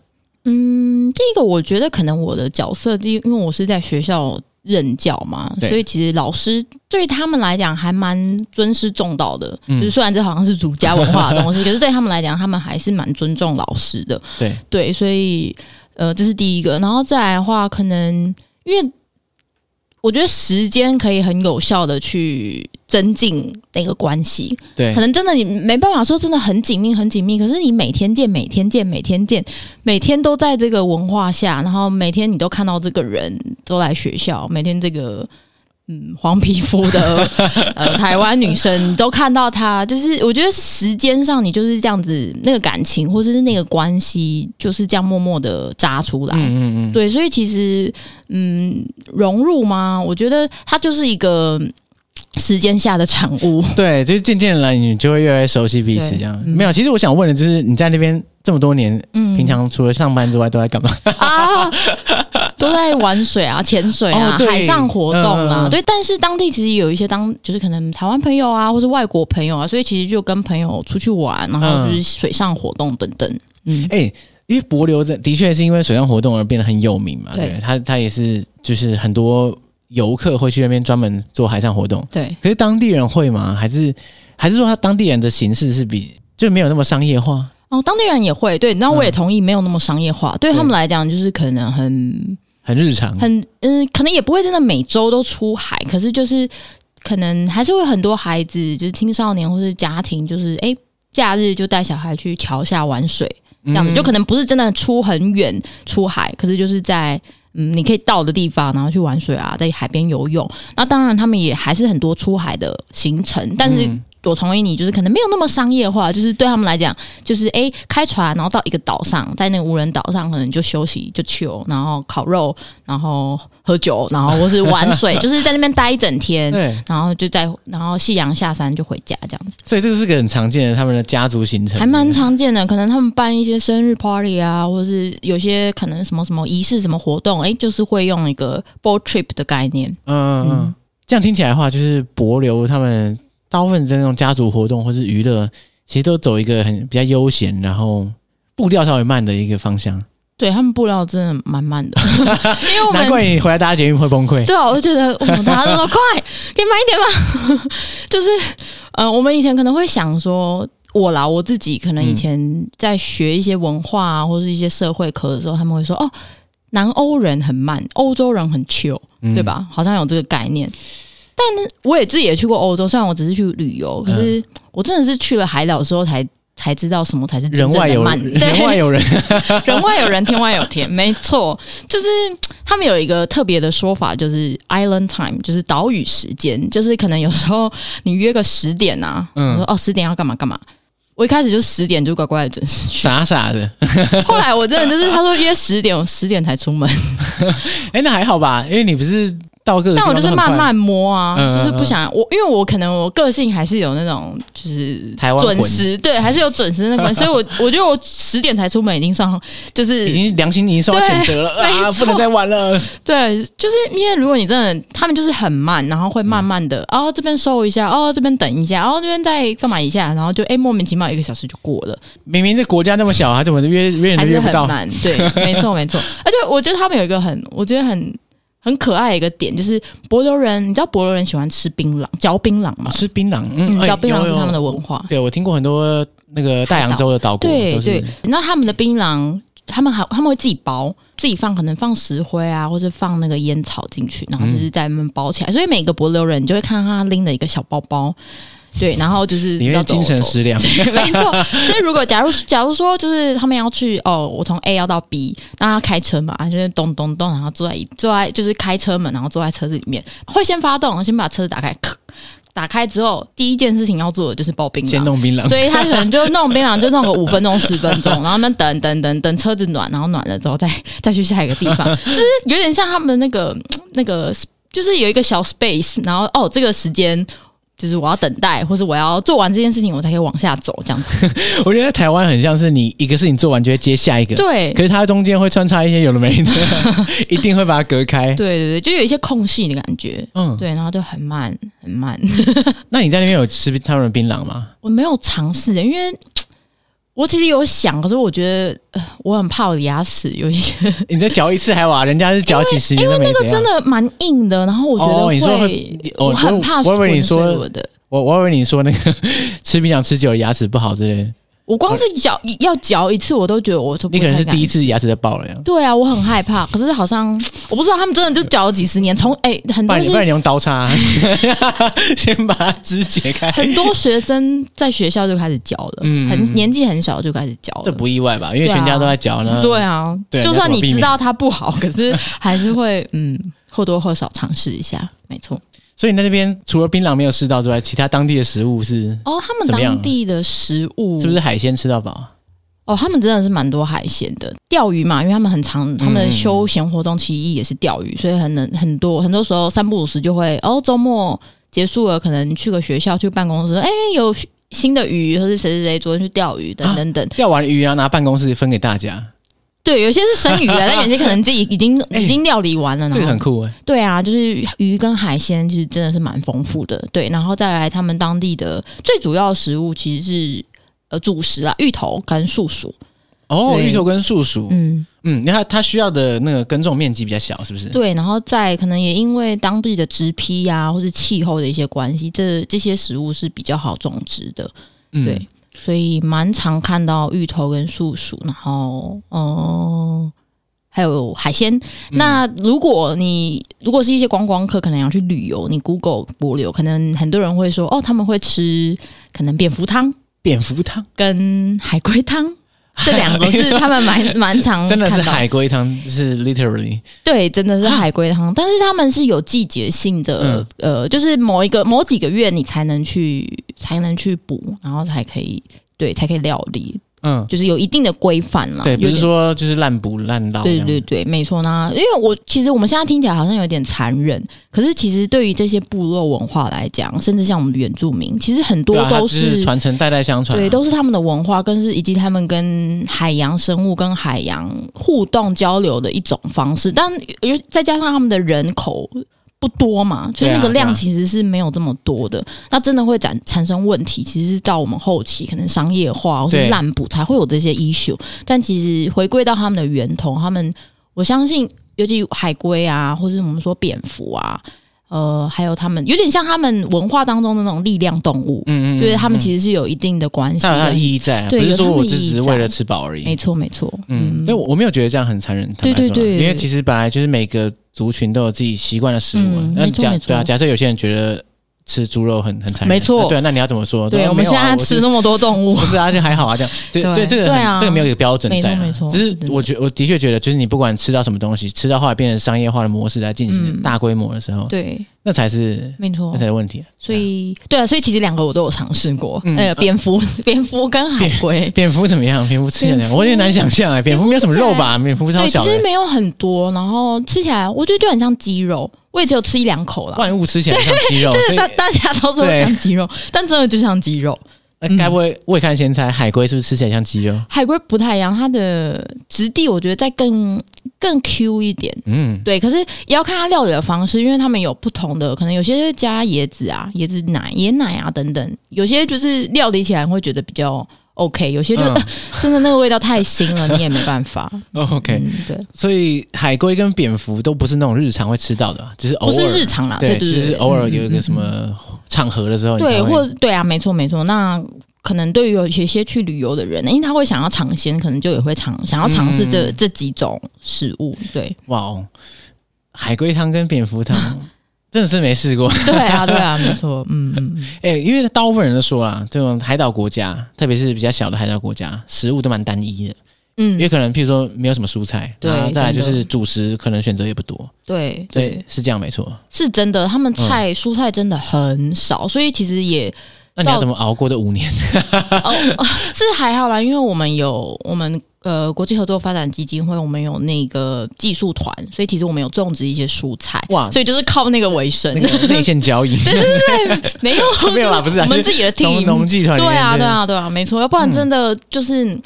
S2: 嗯，第一个我觉得可能我的角色，第一因为我是在学校任教嘛，
S1: 对
S2: 所以其实老师对他们来讲还蛮尊师重道的。
S1: 嗯
S2: 就是虽然这好像是儒家文化 的东西，可是对他们来讲，他们还是蛮尊重老师的。
S1: 对，
S2: 对，所以呃，这是第一个，然后再来的话，可能因为我觉得时间可以很有效的去增进那个关系，
S1: 对
S2: 可，能真的你没办法说真的很紧密很紧密，可是你每天见每天见每天见，每天都在这个文化下，然后每天你都看到这个人都来学校，每天这个嗯黄皮肤 的呃台湾女生你都看到她，就是我觉得时间上你就是这样子那个感情或者是那个关系就是这样默默的扎出来，
S1: 嗯嗯嗯，
S2: 对，所以其实嗯融入吗？我觉得它就是一个。嗯时间下的产物，
S1: 对，就是渐渐来，你就会越来越熟悉彼此
S2: 对
S1: 这样。
S2: 嗯
S1: 没有，其实我想问的就是，你在那边这么多年，
S2: 嗯，
S1: 平常除了上班之外都在干嘛？
S2: 啊， 都在玩水啊、潜水
S1: 哦
S2: 啊、
S1: 对
S2: 海上活动啊、
S1: 嗯
S2: 对。但是当地其实有一些当，就是可能台湾朋友啊，或是外国朋友啊，所以其实就跟朋友出去玩，然
S1: 嗯
S2: 后就是水上活动等等。嗯，
S1: 哎、因为帛琉的的确是因为水上活动而变得很有名嘛，
S2: 对
S1: 对，它它也是就是很多游客会去那边专门做海上活动，
S2: 对。
S1: 可是当地人会吗？还是还是说他当地人的形式是比就没有那么商业化？
S2: 哦，当地人也会对，那我也同意，没有那么商业化。对他们
S1: 对
S2: 来讲，就是可能很
S1: 很日常，
S2: 很嗯、可能也不会真的每周都出海，可是就是可能还是会很多孩子，就是青少年或是家庭，就是哎、假日就带小孩去桥下玩水。这样子，
S1: 嗯
S2: 就可能不是真的出很远出海，可是就是在嗯你可以到的地方，然后去玩水啊，在海边游泳。那当然他们也还是很多出海的行程，但是
S1: 嗯
S2: 我同意你，就是可能没有那么商业化，就是对他们来讲，就是哎、诶开船然后到一个岛上，在那个无人岛上，可能就休息就 chill，然后烤肉，然后喝酒，然后或是玩水， 就是在那边待一整天，
S1: 对，
S2: 然后就在然后夕阳下山就回家这样子，
S1: 所以这个是个很常见的他们的家族行程，嗯
S2: 还蛮常见的。可能他们办一些生日 party 啊，或是有些可能什么什么仪式、什么活动，哎、就是会用一个 boat trip 的概念。
S1: 嗯，嗯嗯
S2: 嗯，
S1: 这样听起来的话，就是博流他们大部分这种家族活动或是娱乐，其实都走一个很比较悠闲，然后步调稍微慢的一个方向。
S2: 对他们布料真的蛮慢 的，因为我
S1: 难
S2: 们
S1: 怪你回来搭捷运会崩溃。
S2: 对啊，我就觉得我们大家都说快，可以慢一点吗？ 就是呃，我们以前可能会想说，我啦，我自己可能以前在学一些文化啊，或是一些社会课的时候，他们会说哦，南欧人很慢，欧洲人很 chill，、
S1: 嗯
S2: 对？吧？好像有这个概念。但呢我也自己也去过欧洲，虽然我只是去旅游，可
S1: 嗯
S2: 是我真的是去了海岛之后才才知道什么才是真
S1: 人
S2: 正
S1: 外
S2: 的
S1: 有
S2: 慢，
S1: 人，
S2: 对
S1: 人外有人。
S2: 人外有人，天外有天，没错，就是他们有一个特别的说法，就是 island time，就是岛屿时间，就是可能有时候你约个十点啊，
S1: 嗯
S2: 嗯，说哦十点要干嘛干嘛。我一开始就十点就乖乖的准时去，
S1: 傻傻的，
S2: 后来我真的就是他说约十点，我十点才出门，
S1: 哎、那还好吧，因为你不是到各个地
S2: 但我
S1: 方都
S2: 就是
S1: 很快，
S2: 慢慢摸啊，
S1: 嗯嗯嗯
S2: 就是不想我，因为我可能我个性还是有那种就是
S1: 台湾
S2: 准
S1: 魂
S2: 时，对，还是有准时那 个，所以我我觉得我十点才出门已经算就是
S1: 已经良心已经受到
S2: 对
S1: 谴责了啊，
S2: 没
S1: 不
S2: 错
S1: 能再玩了。
S2: 对，就是因为如果你真的，他们就是很慢，然后会慢慢的，
S1: 嗯
S2: 哦这边收一下，哦这边等一下，哦这边再干嘛一下，然后就哎、莫名其妙一个小时就过了，
S1: 明明这国家那么小，还怎么约约人
S2: 还
S1: 都
S2: 是
S1: 约不
S2: 很
S1: 到？
S2: 慢。对，没 错没错。而且我觉得他们有一个很，我觉得很很可爱的一个点，就是博流人，你知道博流人喜欢吃槟榔，嚼槟榔
S1: 哦
S2: 吗？
S1: 吃槟榔，嗯，
S2: 嗯，
S1: 哎
S2: 嚼槟榔是
S1: 有有
S2: 他们的文化。
S1: 对，我听过很多那个大洋洲的岛国，
S2: 对
S1: 都是
S2: 对，你知道他们的槟榔，他们还他们会自己包，自己放，可能放石灰啊，或者放那个烟草进去，然后就是在那边包起来。所以每个博流人，你就会看到他拎了一个小包包，对，然后就是
S1: 里面精神
S2: 失。
S1: 食粮。
S2: 没错，所以如果假如假如说就是他们要去哦，我从 A 要到 B，那他开车嘛，就是咚咚咚，然后坐在一坐在就是开车门，然后坐在车子里面，会先发动，先把车子打开，咳打开之后，第一件事情要做的就是包槟榔
S1: 先。弄槟 榔，
S2: 所以他可能就弄槟榔，就弄个五分钟、十分钟，然后他们等等等等车子暖，然后暖了之后再再去下一个地方，就是有点像他们的那个那个，就是有一个小 space，然后哦，这个时间。就是我要等待，或是我要做完这件事情，我才可以往下走，这样子。
S1: 我觉得台湾很像是你一个事情做完就会接下一个，
S2: 对，
S1: 可是它中间会穿插一些有的 没的，一定会把它隔开。
S2: 对对对，就有一些空隙的感觉。
S1: 嗯，
S2: 对，然后就很慢，很慢。
S1: 那你在那边有吃他们的槟榔吗？
S2: 我没有尝试，因为我其实有想，可是我觉得呃我很怕我的牙齿有一些
S1: 你再嚼一次还哇，人家是嚼几十年都没怎样。
S2: 真的蛮硬的，然后我觉得
S1: 啊哦你说
S2: 会，
S1: 哦
S2: 我很怕
S1: 我以为你说
S2: 浑水我的。
S1: 我我以为你说那个 吃槟榔吃久了牙齿不好之类的，
S2: 我光是嚼要嚼一次，我都觉得我都不
S1: 你可
S2: 太
S1: 能是
S2: 敢
S1: 第一。次牙齿就爆了呀。
S2: 对啊，我很害怕。可是好像我不知道他们真的就嚼了几十年，从哎、很
S1: 不
S2: 多
S1: 然你
S2: 是
S1: 不然你用刀叉、啊 先把它肢解开，
S2: 很多学生在学校就开始嚼了，
S1: 嗯
S2: 很年纪很小就开始嚼了。
S1: 这不意外吧？因为
S2: 对啊
S1: 全家都在嚼呢。
S2: 对啊，
S1: 对
S2: 就算
S1: 那怎么
S2: 你
S1: 避免
S2: 知道它不好，可是还是会嗯或多或少尝试一下，没错。
S1: 所以你在那边除了槟榔没有吃到之外，其他当地的食物是
S2: 哦，他们
S1: 怎么样
S2: 当地的食物
S1: 是不是海鲜吃到饱？
S2: 哦，他们真的是蛮多海鲜的，钓鱼嘛，因为他们很常，他们
S1: 嗯
S2: 的休闲活动其一也是钓鱼，所以很能很多很多时候三不五时就会哦，周末结束了，可能去个学校去办公室，哎、有新的鱼，或是谁谁谁昨天去钓鱼
S1: 啊
S2: 等等等，
S1: 钓完鱼然后拿办公室分给大家，
S2: 对，有些是生 鱼啊，但有些可能自己已经、
S1: 哎
S2: 已经料理完了，
S1: 这
S2: 然
S1: 个
S2: 后
S1: 很酷哎、
S2: 嗯对啊，就是鱼跟海鲜其实真的是蛮丰富的，对，然后再来他们当地的最主要的食物其实是呃主食啊，芋头跟树薯，
S1: 哦，
S2: 对
S1: 芋头跟树薯，
S2: 嗯。
S1: 嗯，那它它需要的那个耕种面积比较小，是不是？
S2: 对，然后再可能也因为当地的植批呀、或是气候的一些关系，这这些食物是比较好种植的，
S1: 嗯
S2: 对，所以蛮常看到芋头跟树薯，然后嗯、呃还有海鲜。
S1: 嗯
S2: 那如果你如果是一些观光客，可能要去旅游，你 Google 博流，可能很多人会说哦，他们会吃可能蝙蝠汤
S1: 蝙蝠汤
S2: 跟海龟汤。这两个是他们蛮蛮常
S1: 真的是
S2: 嗯看到
S1: 海龟汤，是 literally
S2: 对，真
S1: 啊
S2: 的是海龟汤，
S1: 嗯
S2: 但是他们是有季节性的，呃，就是某一个某几个月你才能去才能去补，然后才可以对才可以料理，
S1: 嗯，
S2: 就是有一定的规范啦。
S1: 对，
S2: 啊有
S1: 不
S2: 点
S1: 是说就是烂补烂到这
S2: 对
S1: 样，
S2: 对对，没错呢。因为我其实我们现在听起来好像有点残忍，可是其实对于这些部落文化来讲，甚至像我们的原住民，其实很多
S1: 对啊，它
S2: 都
S1: 只是传承代代相传啊，
S2: 对，都是他们的文化，跟是以及他们跟海洋生物、跟海洋互动交流的一种方式。但又再加上他们的人口不多嘛，所以
S1: 对
S2: 那
S1: 啊
S2: 个
S1: 对啊
S2: 量其实是没有这么多的。那真的会产产生问题，其实是到我们后期可能商业化或
S1: 对
S2: 是滥捕才会有这些 issue。但其实回归到他们的源头，他们我相信，尤其海龟啊，或是我们说蝙蝠啊。呃，还有他们有点像他们文化当中的那种力量动物，
S1: 嗯，嗯嗯，
S2: 就是他们
S1: 实
S2: 其实是有一定的关系
S1: 它有它
S2: 的
S1: 的。意义在啊，不
S2: 对
S1: 是
S2: 有
S1: 说
S2: 它的
S1: 我
S2: 意
S1: 只
S2: 义
S1: 只是
S2: 在
S1: 为了吃饱而已，
S2: 没错，没错。
S1: 嗯，
S2: 嗯
S1: 对，，我我没有觉得这样很残忍，坦白说
S2: 对
S1: 啦啊
S2: 对对
S1: 因为其实本来就是每个族群都有自己习惯的食物啊、
S2: 嗯
S1: 那
S2: 没错
S1: 假
S2: 没错
S1: 对啊，假设有些人觉得吃猪肉很很残忍，
S2: 没错
S1: 那对、啊，那你要怎么说？
S2: 对，
S1: 说
S2: 我们
S1: 没有
S2: 现
S1: 啊
S2: 在
S1: 我是
S2: 吃那么多动物
S1: 不，是啊，就还好啊，这样，对
S2: 对
S1: 对，这个
S2: 对
S1: 很
S2: 啊
S1: 这个没有一个标准在、啊，
S2: 没错没错
S1: 只是
S2: 是
S1: 我觉我的确觉得，就是你不管吃到什么东西，吃到后来变成商业化的模式在进行、
S2: 嗯
S1: 大规模的时候，
S2: 对，
S1: 那才是
S2: 没错
S1: 那。才是问题、啊。
S2: 所以，对啊，所以其实两个我都有尝试过，
S1: 嗯
S2: 呃，蝙蝠、 蝙蝠跟海龟。
S1: 蝙蝠 怎么样？蝙蝠吃起来
S2: 蝙蝠
S1: 我有点难想象哎、蝙蝠没有什么肉吧？蝙蝠超
S2: 对，其
S1: 小的、
S2: 实没有很多，然后吃起来我觉得就很像鸡肉，我也只有吃一两口啦。
S1: 万物吃起来像鸡肉，所
S2: 对，
S1: 以
S2: 大大家都说
S1: 对
S2: 像鸡肉，但真的就像鸡肉。
S1: 呃
S2: 嗯
S1: 该不会我也看先猜海龟是不是吃起来像鸡肉？
S2: 海龟不太一样，它的质地我觉得再更更 Q 一点。
S1: 嗯，
S2: 对，可是也要看它料理的方式，因为他们有不同的，可能有些会加椰子啊、椰子奶、椰奶啊等等，有些就是料理起来会觉得比较 OK，有些就、
S1: 嗯
S2: 呃 真的那个味道太腥了，你也没办法。
S1: 哦 OK，、
S2: 嗯、对，
S1: 所以海龟跟蝙蝠都不是那种日常会吃到的啊，只是偶
S2: 不
S1: 尔
S2: 是日常啦，
S1: 就
S2: 对对对，
S1: 是
S2: 对
S1: 偶尔有一个什么场合的时候，
S2: 对，
S1: 你才会
S2: 或对啊，没错没错。那可能对于有一些去旅游的人，因为他会想要尝鲜，可能就也会尝想要尝试这、
S1: 嗯
S2: 这几种食物。对
S1: 哇哦，海龟汤跟蝙蝠汤 真的是没试过，
S2: 对啊对啊，没错，嗯嗯，嗯
S1: 哎、因为大部分人都说啊，这种海岛国家，特别是比较小的海岛国家，食物都蛮单一的，
S2: 嗯，
S1: 也可能譬如说没有什么蔬菜，
S2: 对
S1: 然后再来就
S2: 真的
S1: 是主食可能选择也不多，
S2: 对
S1: 对，是这样没错。
S2: 是真的，他们
S1: 嗯
S2: 菜、蔬菜真的很少，所以其实也
S1: 那你要
S2: 照
S1: 怎么熬过这五 年？
S2: 哦是还好啦，因为我们有我们呃国际合作发展基金会，我们有那个技术团，所以其实我们有种植一些蔬菜，
S1: 哇
S2: 所以就是靠那个为生
S1: 那。个内线交易，
S2: 没 有
S1: 没有啦不是啊
S2: 我们自己的
S1: 从
S2: team，
S1: 农技团里
S2: 对
S1: 面
S2: 啊
S1: 的
S2: 对啊对啊，没错，要不然真的就是。嗯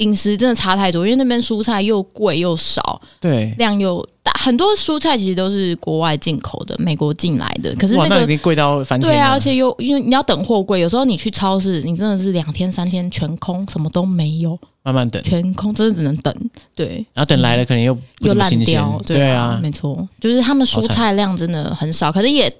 S2: 饮食真的差太多，因为那边蔬菜又贵又少，
S1: 对，
S2: 量又大，很多蔬菜其实都是国外进口的，美国进来的。可是
S1: 哇，
S2: 那
S1: 那
S2: 个
S1: 已经贵到翻天
S2: 对
S1: 了。
S2: 啊，而且又因为你要等货柜，有时候你去超市，你真的是两天三天全空，什么都没有，
S1: 慢慢等，
S2: 全空，真的只能等。对，
S1: 然后等来了可能又不
S2: 又
S1: 怎么
S2: 烂
S1: 新鲜
S2: 掉，
S1: 对
S2: 啊
S1: 啊，，
S2: 没错，就是他们
S1: 好
S2: 蔬
S1: 惨
S2: 菜量真的很少，可能也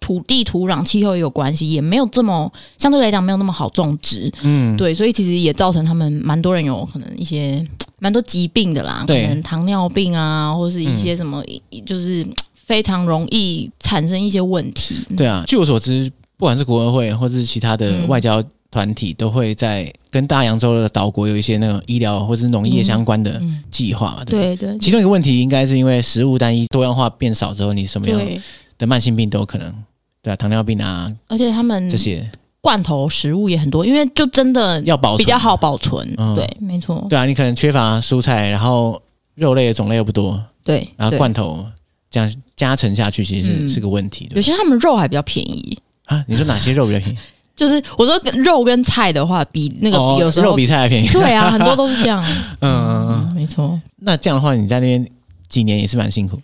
S2: 土地、土壤、气候也有关系，也没有这么相对来讲没有那么好种植，
S1: 嗯，
S2: 对，所以其实也造成他们蛮多人有可能一些蛮多疾病的啦，可
S1: 对
S2: 能糖尿病啊，或是一
S1: 嗯
S2: 些什么，就是非常容易产生一些问题，
S1: 对啊。据我所知，不管是国恩会或是其他的
S2: 嗯
S1: 外交团体，都会在跟大洋洲的岛国有一些那种医疗或是农业相关的
S2: 嗯，
S1: 计划嘛。不。
S2: 对对
S1: 其中一个问题应该是因为食物单一、多样化变少之后，你什么样
S2: 对。
S1: 的慢性病都有可能，对啊，糖尿病啊
S2: 而且他们
S1: 这些
S2: 罐头食物也很多，因为就真的
S1: 要保存
S2: 比较好保存。
S1: 嗯
S2: 对，没错，
S1: 对啊，你可能缺乏蔬菜，然后肉类的种类又不多，
S2: 对。
S1: 然后
S2: 对
S1: 罐头这样加成下去，其实是
S2: 嗯
S1: 是个问题。对
S2: 有
S1: 不对
S2: 些他们肉还比较便宜，
S1: 啊，你说哪些肉比较便宜？
S2: 就是我说跟肉跟菜的话，比 那个
S1: 哦
S2: 有时候、
S1: 肉比菜还便宜。
S2: 对啊，很多都是这样。
S1: 嗯，嗯嗯
S2: 嗯，没错，
S1: 那这样的话，你在那边几年也是蛮辛苦，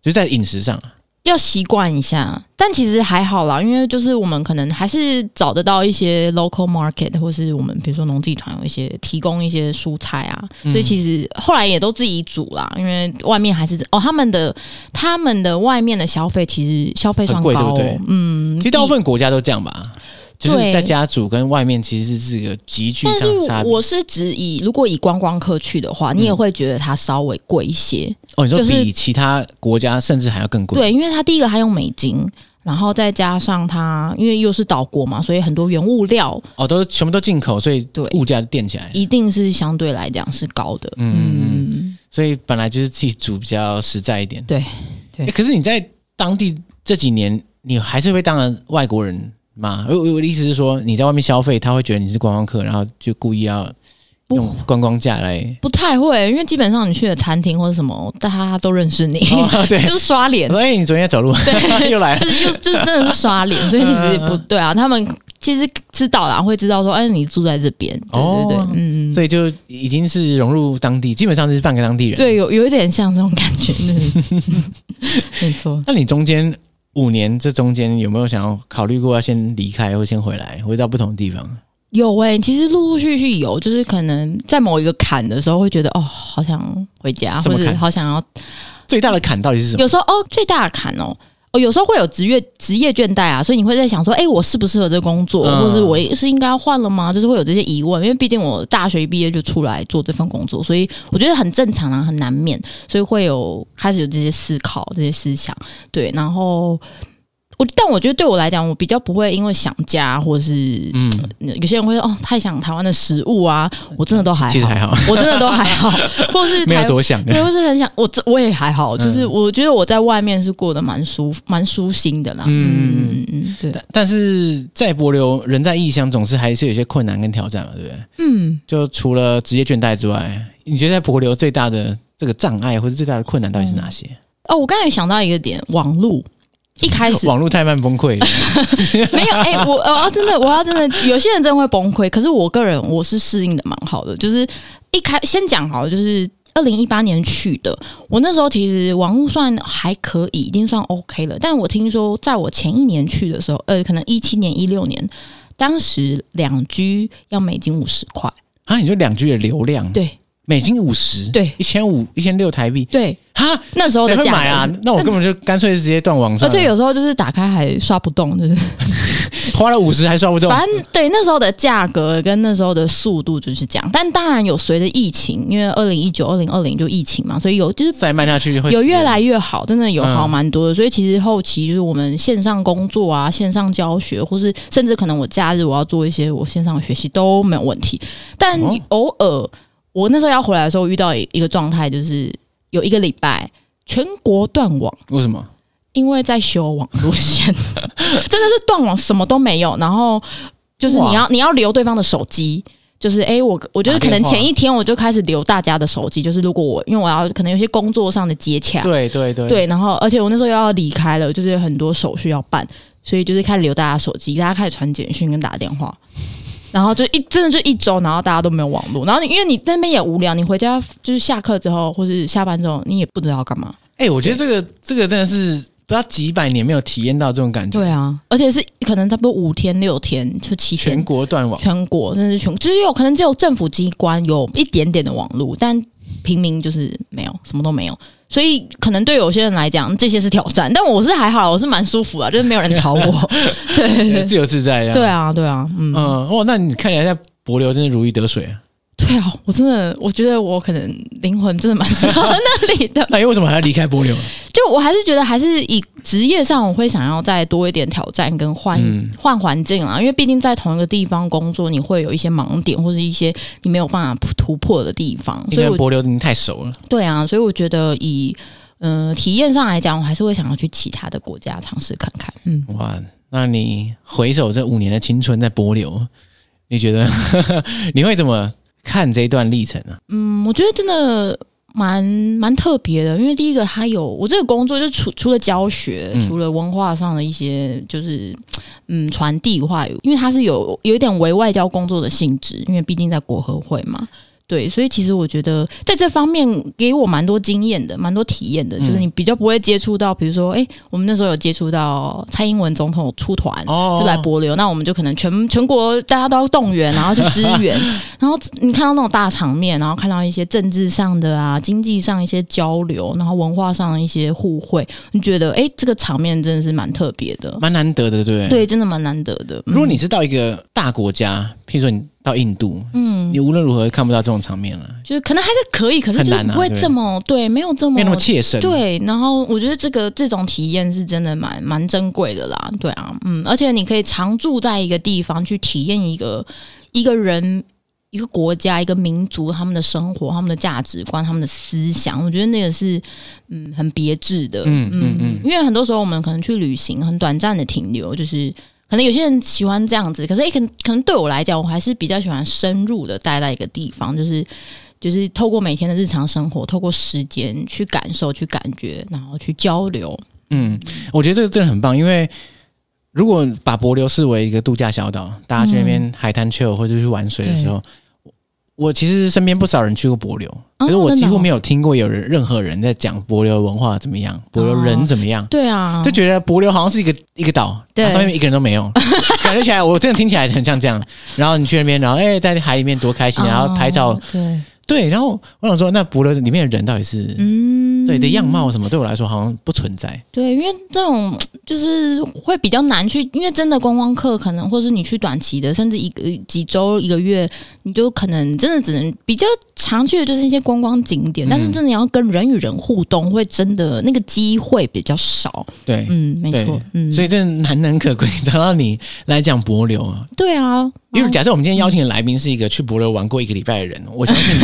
S1: 就是在饮食上啊，
S2: 要习惯一下，但其实还好啦，因为就是我们可能还是找得到一些 local market，或是我们比如说农技团有一些提供一些蔬菜啊，
S1: 嗯
S2: 所以其实后来也都自己煮啦，因为外面还是哦他们的他们的外面的消费其实消费算
S1: 很贵
S2: 高、哦，
S1: 对不对
S2: 嗯，
S1: 其实大部分国家都这样吧，就是
S2: 对
S1: 在家煮跟外面其实是这个急剧
S2: 但
S1: 上差
S2: 是
S1: 别。
S2: 我是指以如果以观光客去的
S1: 嗯
S2: 话，你也会觉得它稍微贵一些，
S1: 哦，你说
S2: 就是
S1: 比其他国家甚至还要更贵，
S2: 对，因为它第一个它用美金。然后再加上它，因为又是岛国嘛，所以很多原物料
S1: 哦，都是全部都进口，所以
S2: 对
S1: 物价垫起来，
S2: 一定是相对来讲是高的。
S1: 嗯
S2: 嗯，
S1: 所以本来就是自己煮比较实在一点。
S2: 对对
S1: 诶可是你在当地这几年，你还是会当外国人嘛？我我我的意思是说，你在外面消费，他会觉得你是观光客，然后就故意要用
S2: 不
S1: 观光价来。
S2: 不太会，因为基本上你去的餐厅或者什么，大家都认识你，
S1: 哦，对，
S2: 就是刷 脸
S1: 我，说哎，你昨天在走路 又来了，
S2: 就是又就是真的是刷脸，所以其实也
S1: 嗯
S2: 不对啊。他们其实知道啦，会知道说，哎，你住在这边，对
S1: 哦
S2: 对对，嗯嗯。
S1: 所以就已经是融入当地，基本上是半个当地人。，
S2: 对，有有一点像这种感觉，嗯 没错。
S1: 那你中间五年这中间有没有想要考虑过要先离开，或先回来，或者到不同的地方？
S2: 有哎、其实陆陆续续有，就是可能在某一个坎的时候，会觉得哦，好想回家，
S1: 什
S2: 或
S1: 么
S2: 者
S1: 坎
S2: 好想要。
S1: 最大的坎到底是什么？
S2: 有时候哦，最大的坎哦。哦，有时候会有职业职业倦怠啊，所以你会在想说，哎、我适不适合这个工作，
S1: 嗯
S2: 或者是我是应该要换了吗？就是会有这些疑问，因为毕竟我大学一毕业就出来做这份工作，所以我觉得很正常啊，很难免，所以会有开始有这些思考、这些思想，对。然后我，但我觉得对我来讲，我比较不会因为想家，或是
S1: 嗯，
S2: 有些人会说，哦，太想台湾的食物啊，我真的都还
S1: 其实
S2: 好，
S1: 还好，
S2: 我真的都还好，或是
S1: 没
S2: 台
S1: 有多想。
S2: 对，我是很想，我这我也还好，就是
S1: 嗯
S2: 我觉得我在外面是过得蛮舒服蛮舒心的啦。
S1: 嗯
S2: 嗯嗯嗯，对，
S1: 但但是在博流，人在异乡总是还是有一些困难跟挑战嘛，对不对？
S2: 嗯，
S1: 就除了职业倦怠之外，你觉得在博流最大的这个障碍或者最大的困难到底是哪些？
S2: 哦，我刚才想到一个点，网 路。一开始
S1: 网络太慢崩 溃了，
S2: 没有哎、我我要真的，我要真的，有些人真的会崩溃。可是我个人我是适应的蛮好的，就是一开先讲好了，就是二零一八年去的，我那时候其实网络算还可以，已经算 OK 了。但我听说，在我前一年去的时候，呃，可能一七年、一六年，当时两 G 要美金五十块，
S1: 啊，你就两 G 的流量，
S2: 对，
S1: 美金五十，
S2: 对
S1: 一千五、一千六台币，
S2: 对，
S1: 哈，
S2: 那时候
S1: 谁
S2: 的
S1: 会
S2: 价
S1: 买啊
S2: 格是？
S1: 那我根本就干脆直接断网
S2: 而
S1: 算
S2: 且
S1: 了，
S2: 有时候就是打开还刷不动，就是
S1: 花了五十还刷不动，
S2: 反正对那时候的价格跟那时候的速度就是这样。但当然有随着疫情，因为二零一九、二零二零就疫情嘛，所以有就是。
S1: 再卖下去会死
S2: 有越来越好，真的有
S1: 嗯
S2: 好蛮多的，所以其实后期就是我们线上工作啊、线上教学，或是甚至可能我假日我要做一些我线上的学习都没有问题。但
S1: 哦
S2: 偶尔我那时候要回来的时候，遇到一一个状态，就是有一个礼拜全国断网。
S1: 为什么？
S2: 因为在修网路线， 真的是断网，什么都没有。然后就是你要你要留对方的手机，就是诶，我我觉得
S1: 打电
S2: 可能
S1: 话
S2: 前一天我就开始留大家的手机，就是如果我因为我要可能有些工作上的接洽，
S1: 对对对，
S2: 啊对，然后而且我那时候又要离开了，就是有很多手续要办，所以就是开始留大家手机，大家开始传简讯跟打电话，然后就一真的就一周，然后大家都没有网络，然后你因为你在那边也无聊，你回家就是下课之后或是下班之后，你也不知道干嘛，
S1: 哎、我觉得这个这个真的是不知道几百年没有体验到这种感觉，
S2: 对啊，而且是可能差不多五天、六天就七天，
S1: 全国断网，
S2: 全国真的是全，只有可能只有政府机关有一点点的网络，但平民就是没有，什么都没有。所以可能对有些人来讲，这些是挑战，但我是还好，我是蛮舒服啊，就是没有人 吵我。对对对
S1: 自由自在呀。
S2: 对，啊，对啊，嗯，
S1: 嗯，哇，那你看起来在博流真的如鱼得水啊。
S2: 对啊，我真的我觉得我可能灵魂真的蛮 适合那里的，
S1: 那你为什么还要离开博流？啊
S2: 就我还是觉得，还是以职业上，我会想要再多一点挑战跟换
S1: 嗯
S2: 换环境啊，因为毕竟在同一个地方工作，你会有一些盲点或者一些你没有办法突破的地方，
S1: 你
S2: 所以
S1: 跟
S2: 我
S1: 博流已经太熟了。
S2: 对啊，所以我觉得以嗯、呃体验上来讲，我还是会想要去其他的国家尝试看看。嗯，
S1: 哇，那你回首这五年的青春在博流，你觉得 你会怎么看这一段历程啊呢、
S2: 嗯，我觉得真的蛮蛮特别的，因为第一个它有我这个工作就除除了教学，
S1: 嗯
S2: 除了文化上的一些就是嗯传递话语，因为它是有有一点为外交工作的性质，因为毕竟在国合会嘛。对，所以其实我觉得在这方面给我蛮多经验的，蛮多体验的。就是
S1: 嗯
S2: 你比较不会接触到，比如说，哎、我们那时候有接触到蔡英文总统出团，
S1: 哦
S2: 就来博流，那我们就可能全全国大家都要动员，然后去支 援。然后你看到那种大场面，然后看到一些政治上的啊、经济上一些交流，然后文化上的一些互惠，你觉得诶，这个场面真的是蛮特别的，
S1: 蛮难得的，对不对？。
S2: 对，真的蛮难得的。嗯
S1: 如果你是到一个大国家，譬如说你到印度，
S2: 嗯
S1: 你。无论如何看不到这种场面了，
S2: 就是可能还是可以，可是就是
S1: 很难啊
S2: 不会
S1: 对
S2: 这么、对，没有这么
S1: 没有那么切身。，
S2: 嗯对，然后我觉得这个这种体验是真的蛮蛮珍贵的啦，对啊，嗯，而且你可以常住在一个地方去体验一个一个人、一个国家、一个民族他们的生活、他们的价值观、他们的思想，我觉得那个是嗯很别致的，
S1: 嗯
S2: 嗯
S1: 嗯
S2: 嗯
S1: 嗯
S2: 因为很多时候我们可能去旅行，很短暂的停留，就是。可能有些人喜欢这样子，可是诶、可能可能对我来讲，我还是比较喜欢深入的待在一个地方，就是就是透过每天的日常生活，透过时间去感受、去感觉，然后去交流。
S1: 嗯，我觉得这个真的很棒，因为如果把帛琉视为一个度假小岛，大家去那边海滩 chill 或者去玩水的时候，
S2: 嗯
S1: 我我其实身边不少人去过帛琉，可是我
S2: 真的
S1: 几乎
S2: 哦
S1: 没有听过有人任何人在讲帛琉文化怎么样，帛琉人怎么样。
S2: 对啊，
S1: 就觉得帛琉好像是一个一个岛，
S2: 对
S1: 然后上面一个人都 没有，感觉起来我真的听起来很像这样。然后你去那边，然后哎、在海里面多开心，然后拍照，
S2: 哦对，
S1: 对。然后我想说，那帛琉里面的人到底是、
S2: 嗯，
S1: 对的样貌什么，对我来说好像不存在。
S2: 对，因为这种就是会比较难去，因为真的观光客可能，或是你去短期的，甚至一个几周、一个月，你就可能真的只能比较常去的就是一些观光景点，
S1: 嗯
S2: 但是真的要跟人与人互动，会真的那个机会比较少。
S1: 对，
S2: 嗯，没
S1: 对
S2: 错，嗯，
S1: 所以这难能可贵，找到你来讲帛琉啊。
S2: 对啊，
S1: 因为
S2: 然后
S1: 假设我们今天邀请的来宾是一个去帛琉玩过一个礼拜的人，我相信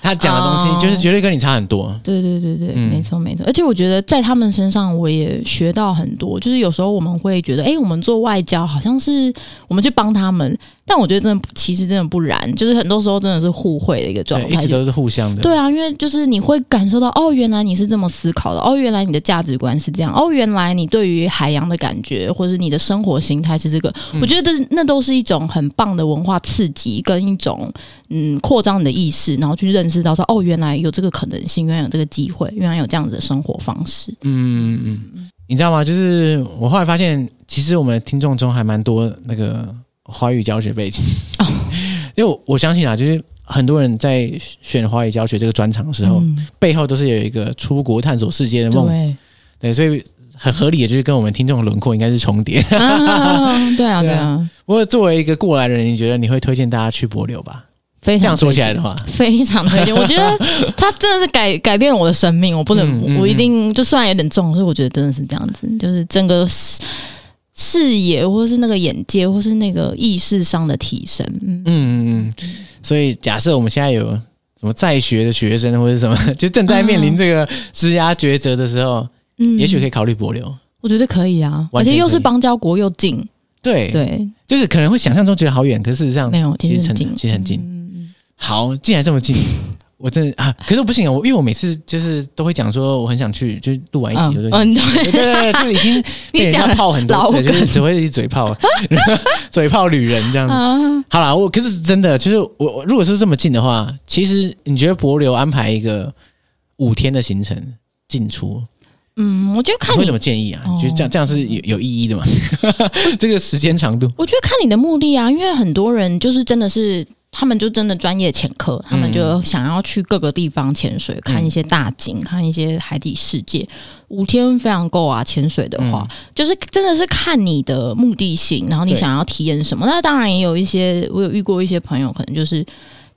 S1: 他讲的东
S2: 哦
S1: 西就是绝对跟你差很多。
S2: 对对对对，
S1: 嗯
S2: 没错没错。而且我觉得在他们身上我也学到很多，就是有时候我们会觉得，哎、我们做外交好像是我们去帮他们，但我觉得真的其实真的不然，就是很多时候真的是互惠的一个状
S1: 对，一
S2: 态
S1: 直。都是互相的。
S2: 对啊，因为就是你会感受到，哦，原来你是这么思考的，哦，原来你的价值观是这样，哦，原来你对于海洋的感觉，或者你的生活形态是这个，
S1: 嗯
S2: 我觉得那都是一种很棒的文化刺激，跟一种嗯扩张你的意识，然后去认识到说，哦，原来有这个可能性，原来有这个机会，原来有这样子的生活方式。
S1: 嗯，嗯嗯，你知道吗？就是我后来发现，其实我们听众中还蛮多那个华语教学背景，
S2: 哦
S1: 因为我我相信啊，就是很多人在选华语教学这个专长的时候，
S2: 嗯
S1: 背后都是有一个出国探索世界的梦，
S2: 对
S1: 对，所以很合理的就是跟我们听众的轮廓应该是重叠。
S2: 啊，对啊，
S1: 对
S2: 对
S1: 啊
S2: 啊，
S1: 不过作为一个过来人，你觉得你会推荐大家去帛琉吧？
S2: 非
S1: 这
S2: 常
S1: 样说
S2: 推
S1: 起来
S2: 荐
S1: 的话，
S2: 非常推荐，我觉得它真的是改改变我的生命，我不能，
S1: 嗯嗯
S2: 我一定就虽然有点重，可是我觉得真的是这样子，就是整个视视野或是那个眼界或是那个意识上的提升，嗯，
S1: 嗯嗯嗯。所以假设我们现在有什么在学的学生或者什么， 就正在面临这 个职涯抉择的时候，
S2: 嗯
S1: 也许可以，考虑帛琉。
S2: 我觉得可以啊，
S1: 完
S2: 而
S1: 全
S2: 且又是
S1: 可以
S2: 邦交国又近，
S1: 对，
S2: 对，
S1: 就是可能会想象中觉得好远，可是事实上
S2: 没有，
S1: 其实
S2: 实很
S1: 很
S2: 近，
S1: 其实很近
S2: 嗯，嗯
S1: 好，竟然这么近， 我真的啊，可是我不行啊，我因为我每次就是都会讲说我很想去，就是录完一集就
S2: 嗯
S1: 对。
S2: 嗯，
S1: 对对对，这已经被
S2: 你
S1: 人
S2: 讲
S1: 家
S2: 了
S1: 泡很多
S2: 老
S1: 次了，
S2: 梗
S1: 就是只会一直嘴炮， 嘴炮旅人这样子。
S2: 啊，
S1: 好啦，我可是真的，就是我我如果是这么近的话，其实你觉得博流安排一个五天的行程进出，
S2: 嗯，我觉得看
S1: 你会
S2: 你
S1: 怎么建议啊？
S2: 哦
S1: 你觉得这样这样是有有意义的吗？ 这个时间长度，
S2: 我觉得看你的目的啊，因为很多人就是真的是。他们就真的专业潜客，他们
S1: 嗯
S2: 就想要去各个地方潜水，看一些大景，看一些海底世界。五天非常够啊！潜水的话，就是真的是看你的目的性，然后你
S1: 嗯对
S2: 想要体验什么。那当然也有一些，我有遇过一些朋友，可能就是，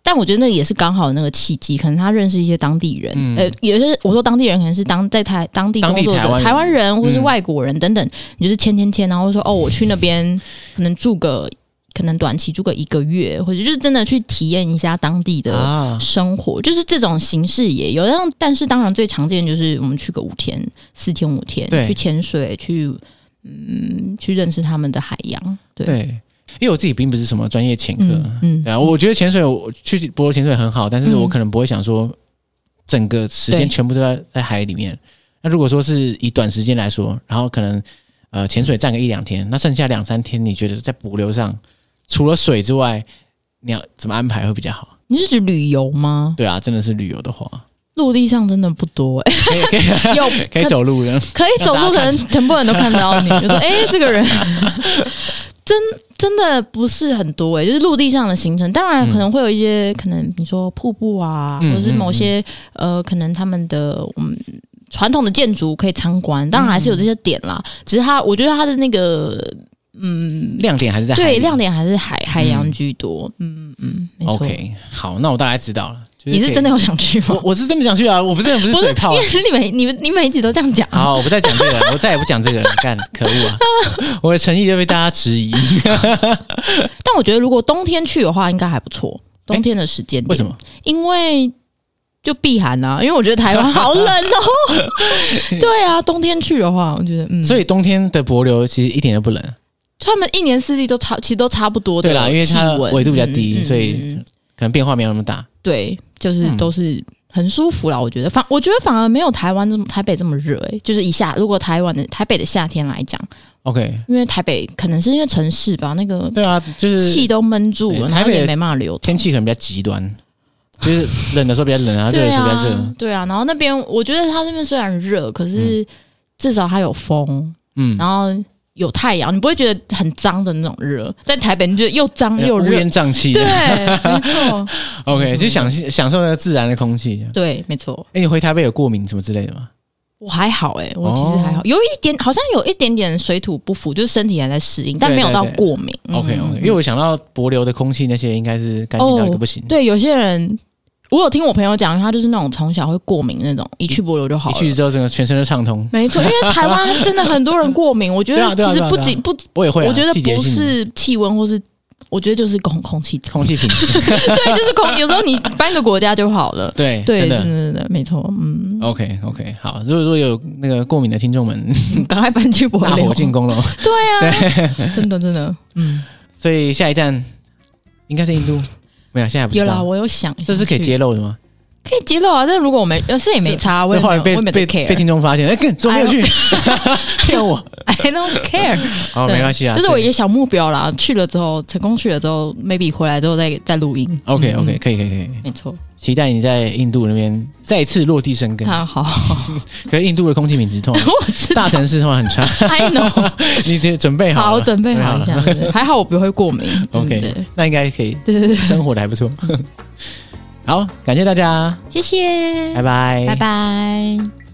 S2: 但我觉得那也是刚好那个契机，可能他认识一些当地人，
S1: 嗯
S2: 呃，也就是我说当地人可能是当在台当地
S1: 当
S2: 工
S1: 地
S2: 作
S1: 台湾
S2: 的
S1: 人
S2: 台湾人或是
S1: 嗯
S2: 外国人等等，你就是签签签，然后说哦，我去那边可能住个，可能短期住个一个月，或者就是真的去体验一下当地的
S1: 啊，
S2: 生活，就是这种形式也有。但但是当然最常见就是我们去个五天、四天、五天，
S1: 对
S2: 去潜水，去嗯，去认识他们的海洋。对，
S1: 对，因为我自己并不是什么专业潜客，
S2: 嗯嗯
S1: 对啊，我觉得潜水我去博罗潜水很好，但是我
S2: 嗯
S1: 可能不会想说整个时间
S2: 对
S1: 全部都在在海里面。那如果说是以短时间来说，然后可能呃潜水站个一两天，那剩下两三天，你觉得在捕流上除了水之外，你要怎么安排会比较好？
S2: 你是指旅游吗？
S1: 对啊，真的是旅游的话，
S2: 陆地上真的不多、 欸，
S1: 可以 可以
S2: 有
S1: 可以走路的，
S2: 可以走
S1: 让大
S2: 路，可
S1: 家
S2: 能全部人都看得到你，就说：“哎、这 个人真真的不是很多哎、就是陆地上的行程，当然
S1: 嗯
S2: 可能会有一些、可能，你说瀑布啊，
S1: 嗯
S2: 或者是某些、呃，可能他们的我们传统的建筑可以参
S1: 嗯
S2: 观，当然还是有这些点啦。只是它，我觉得它的那个嗯，
S1: 亮点还是在海
S2: 对，
S1: 里
S2: 亮点还是海海洋居多。嗯嗯，没错。
S1: OK，好，那我大概知道了。就
S2: 你是
S1: 可以
S2: 真的有想去
S1: 我
S2: 吗？
S1: 我是真的想去啊，我不真的不是
S2: 不是
S1: 嘴炮、啊，啊
S2: 因为你每你们你每一集都这样讲，啊
S1: 好，我不再讲这个了，我再也不讲这个了，干，可恶 啊！我的诚意就被大家质疑，
S2: 但我觉得如果冬天去的话，应该还不错。冬天的时间点
S1: 为什么？
S2: 因为就避寒啊，因为我觉得台湾好冷 哦。对啊，冬天去的话，我觉得嗯，
S1: 所
S2: 以
S1: 以冬天的柏流其实一点都不冷，
S2: 他们一年四季都差，其实都差不多的
S1: 对啦，因为它
S2: 气温
S1: 纬度比较低，
S2: 嗯嗯
S1: 所以
S2: 嗯
S1: 可能变化没有那么大。
S2: 对，就是
S1: 嗯
S2: 都是很舒服啦。我觉得反，我觉得反而没有台湾这么台北这么热、欸，就是一下如果台湾的台北的夏天来讲，
S1: OK，
S2: 因为台北可能是因为城市吧，那个
S1: 对啊，就是
S2: 气都闷住了，
S1: 对
S2: 然
S1: 台
S2: 后
S1: 北
S2: 也没办法流通
S1: 天。气可能比较极端，就是冷的时候比较冷，然后热
S2: 对
S1: 的时候比较
S2: 啊
S1: 热。，
S2: 对啊，然后那边我觉得它那边虽然热，可是至少它有风，
S1: 嗯，
S2: 然后有太阳，你不会觉得很脏的那种热。在台北，你觉得又脏又
S1: 呃乌
S2: 热，
S1: 烟哎瘴气
S2: 对，。 没错，
S1: OK，就享享受那个自然的空气。
S2: 对，没错。
S1: 哎，你回台北有过敏什么之类的吗？
S2: 我还好哎、我其实还好，有一点好像有一点点水土不服，就是身体还在适应，但没有到过敏。
S1: OK
S2: 嗯
S1: OK，因为我想到柏流的空气那些应该是干净到一个不行，
S2: 哦对有些人，我有听我朋友讲，他就是那种从小会过敏那种，一去不留就好
S1: 一
S2: 了。
S1: 去之后整个全身都畅通。
S2: 没错，因为台湾真的很多人过敏，我觉
S1: 对啊
S2: 得
S1: 对啊
S2: 其实
S1: 对啊
S2: 不
S1: 对啊
S2: 仅不，
S1: 我也会啊，
S2: 我觉得
S1: 季节
S2: 不
S1: 性的，
S2: 是气温或是。我觉得就是空空气
S1: 空气品质，
S2: 对，就是空。有时候你搬个国家就好了。
S1: 对，
S2: 对，
S1: 真
S2: 对
S1: 的。
S2: 对对，没错。嗯，
S1: OK OK，好，如果如果有那个过敏的听众们，
S2: 赶快搬去柏
S1: 大
S2: 林
S1: 火。进攻喽。
S2: 对啊， 真的真的，嗯，
S1: 所以下一站应该是印 度，没有，现在还不知
S2: 有啦，
S1: 道。
S2: 我有想，
S1: 这是可以
S2: 想去
S1: 揭露的吗？
S2: 可以揭露啊，但如果我没，呃，是也没差，我也
S1: 那后来
S2: 没有，我
S1: 被
S2: 也没
S1: 被
S2: 得
S1: 被
S2: care，I
S1: 听众发现，哎，更怎么没有去？ 骗 我！
S2: don't care，
S1: 哦，
S2: 对
S1: 没关系啊，
S2: 就是我一
S1: 也
S2: 个小目标啦。去了之后，成功去了之后，maybe 回来之后再再录音。
S1: OK
S2: 嗯
S1: OK，可以可以可以，
S2: 没错，
S1: 期待你在印度那边再次落地生根。
S2: 那好，
S1: 可是印度的空气品质通常
S2: 我知道
S1: 大城市通常很 差，
S2: ，I know，
S1: 你这准备
S2: 好，
S1: 好
S2: 我
S1: 了？
S2: 准备好一下，对还好我不会过敏。
S1: OK
S2: 嗯对
S1: 那应该可以，
S2: 对对对，
S1: 生活的还不 错。好，感谢大家，
S2: 谢谢，
S1: 拜拜，
S2: 拜。拜。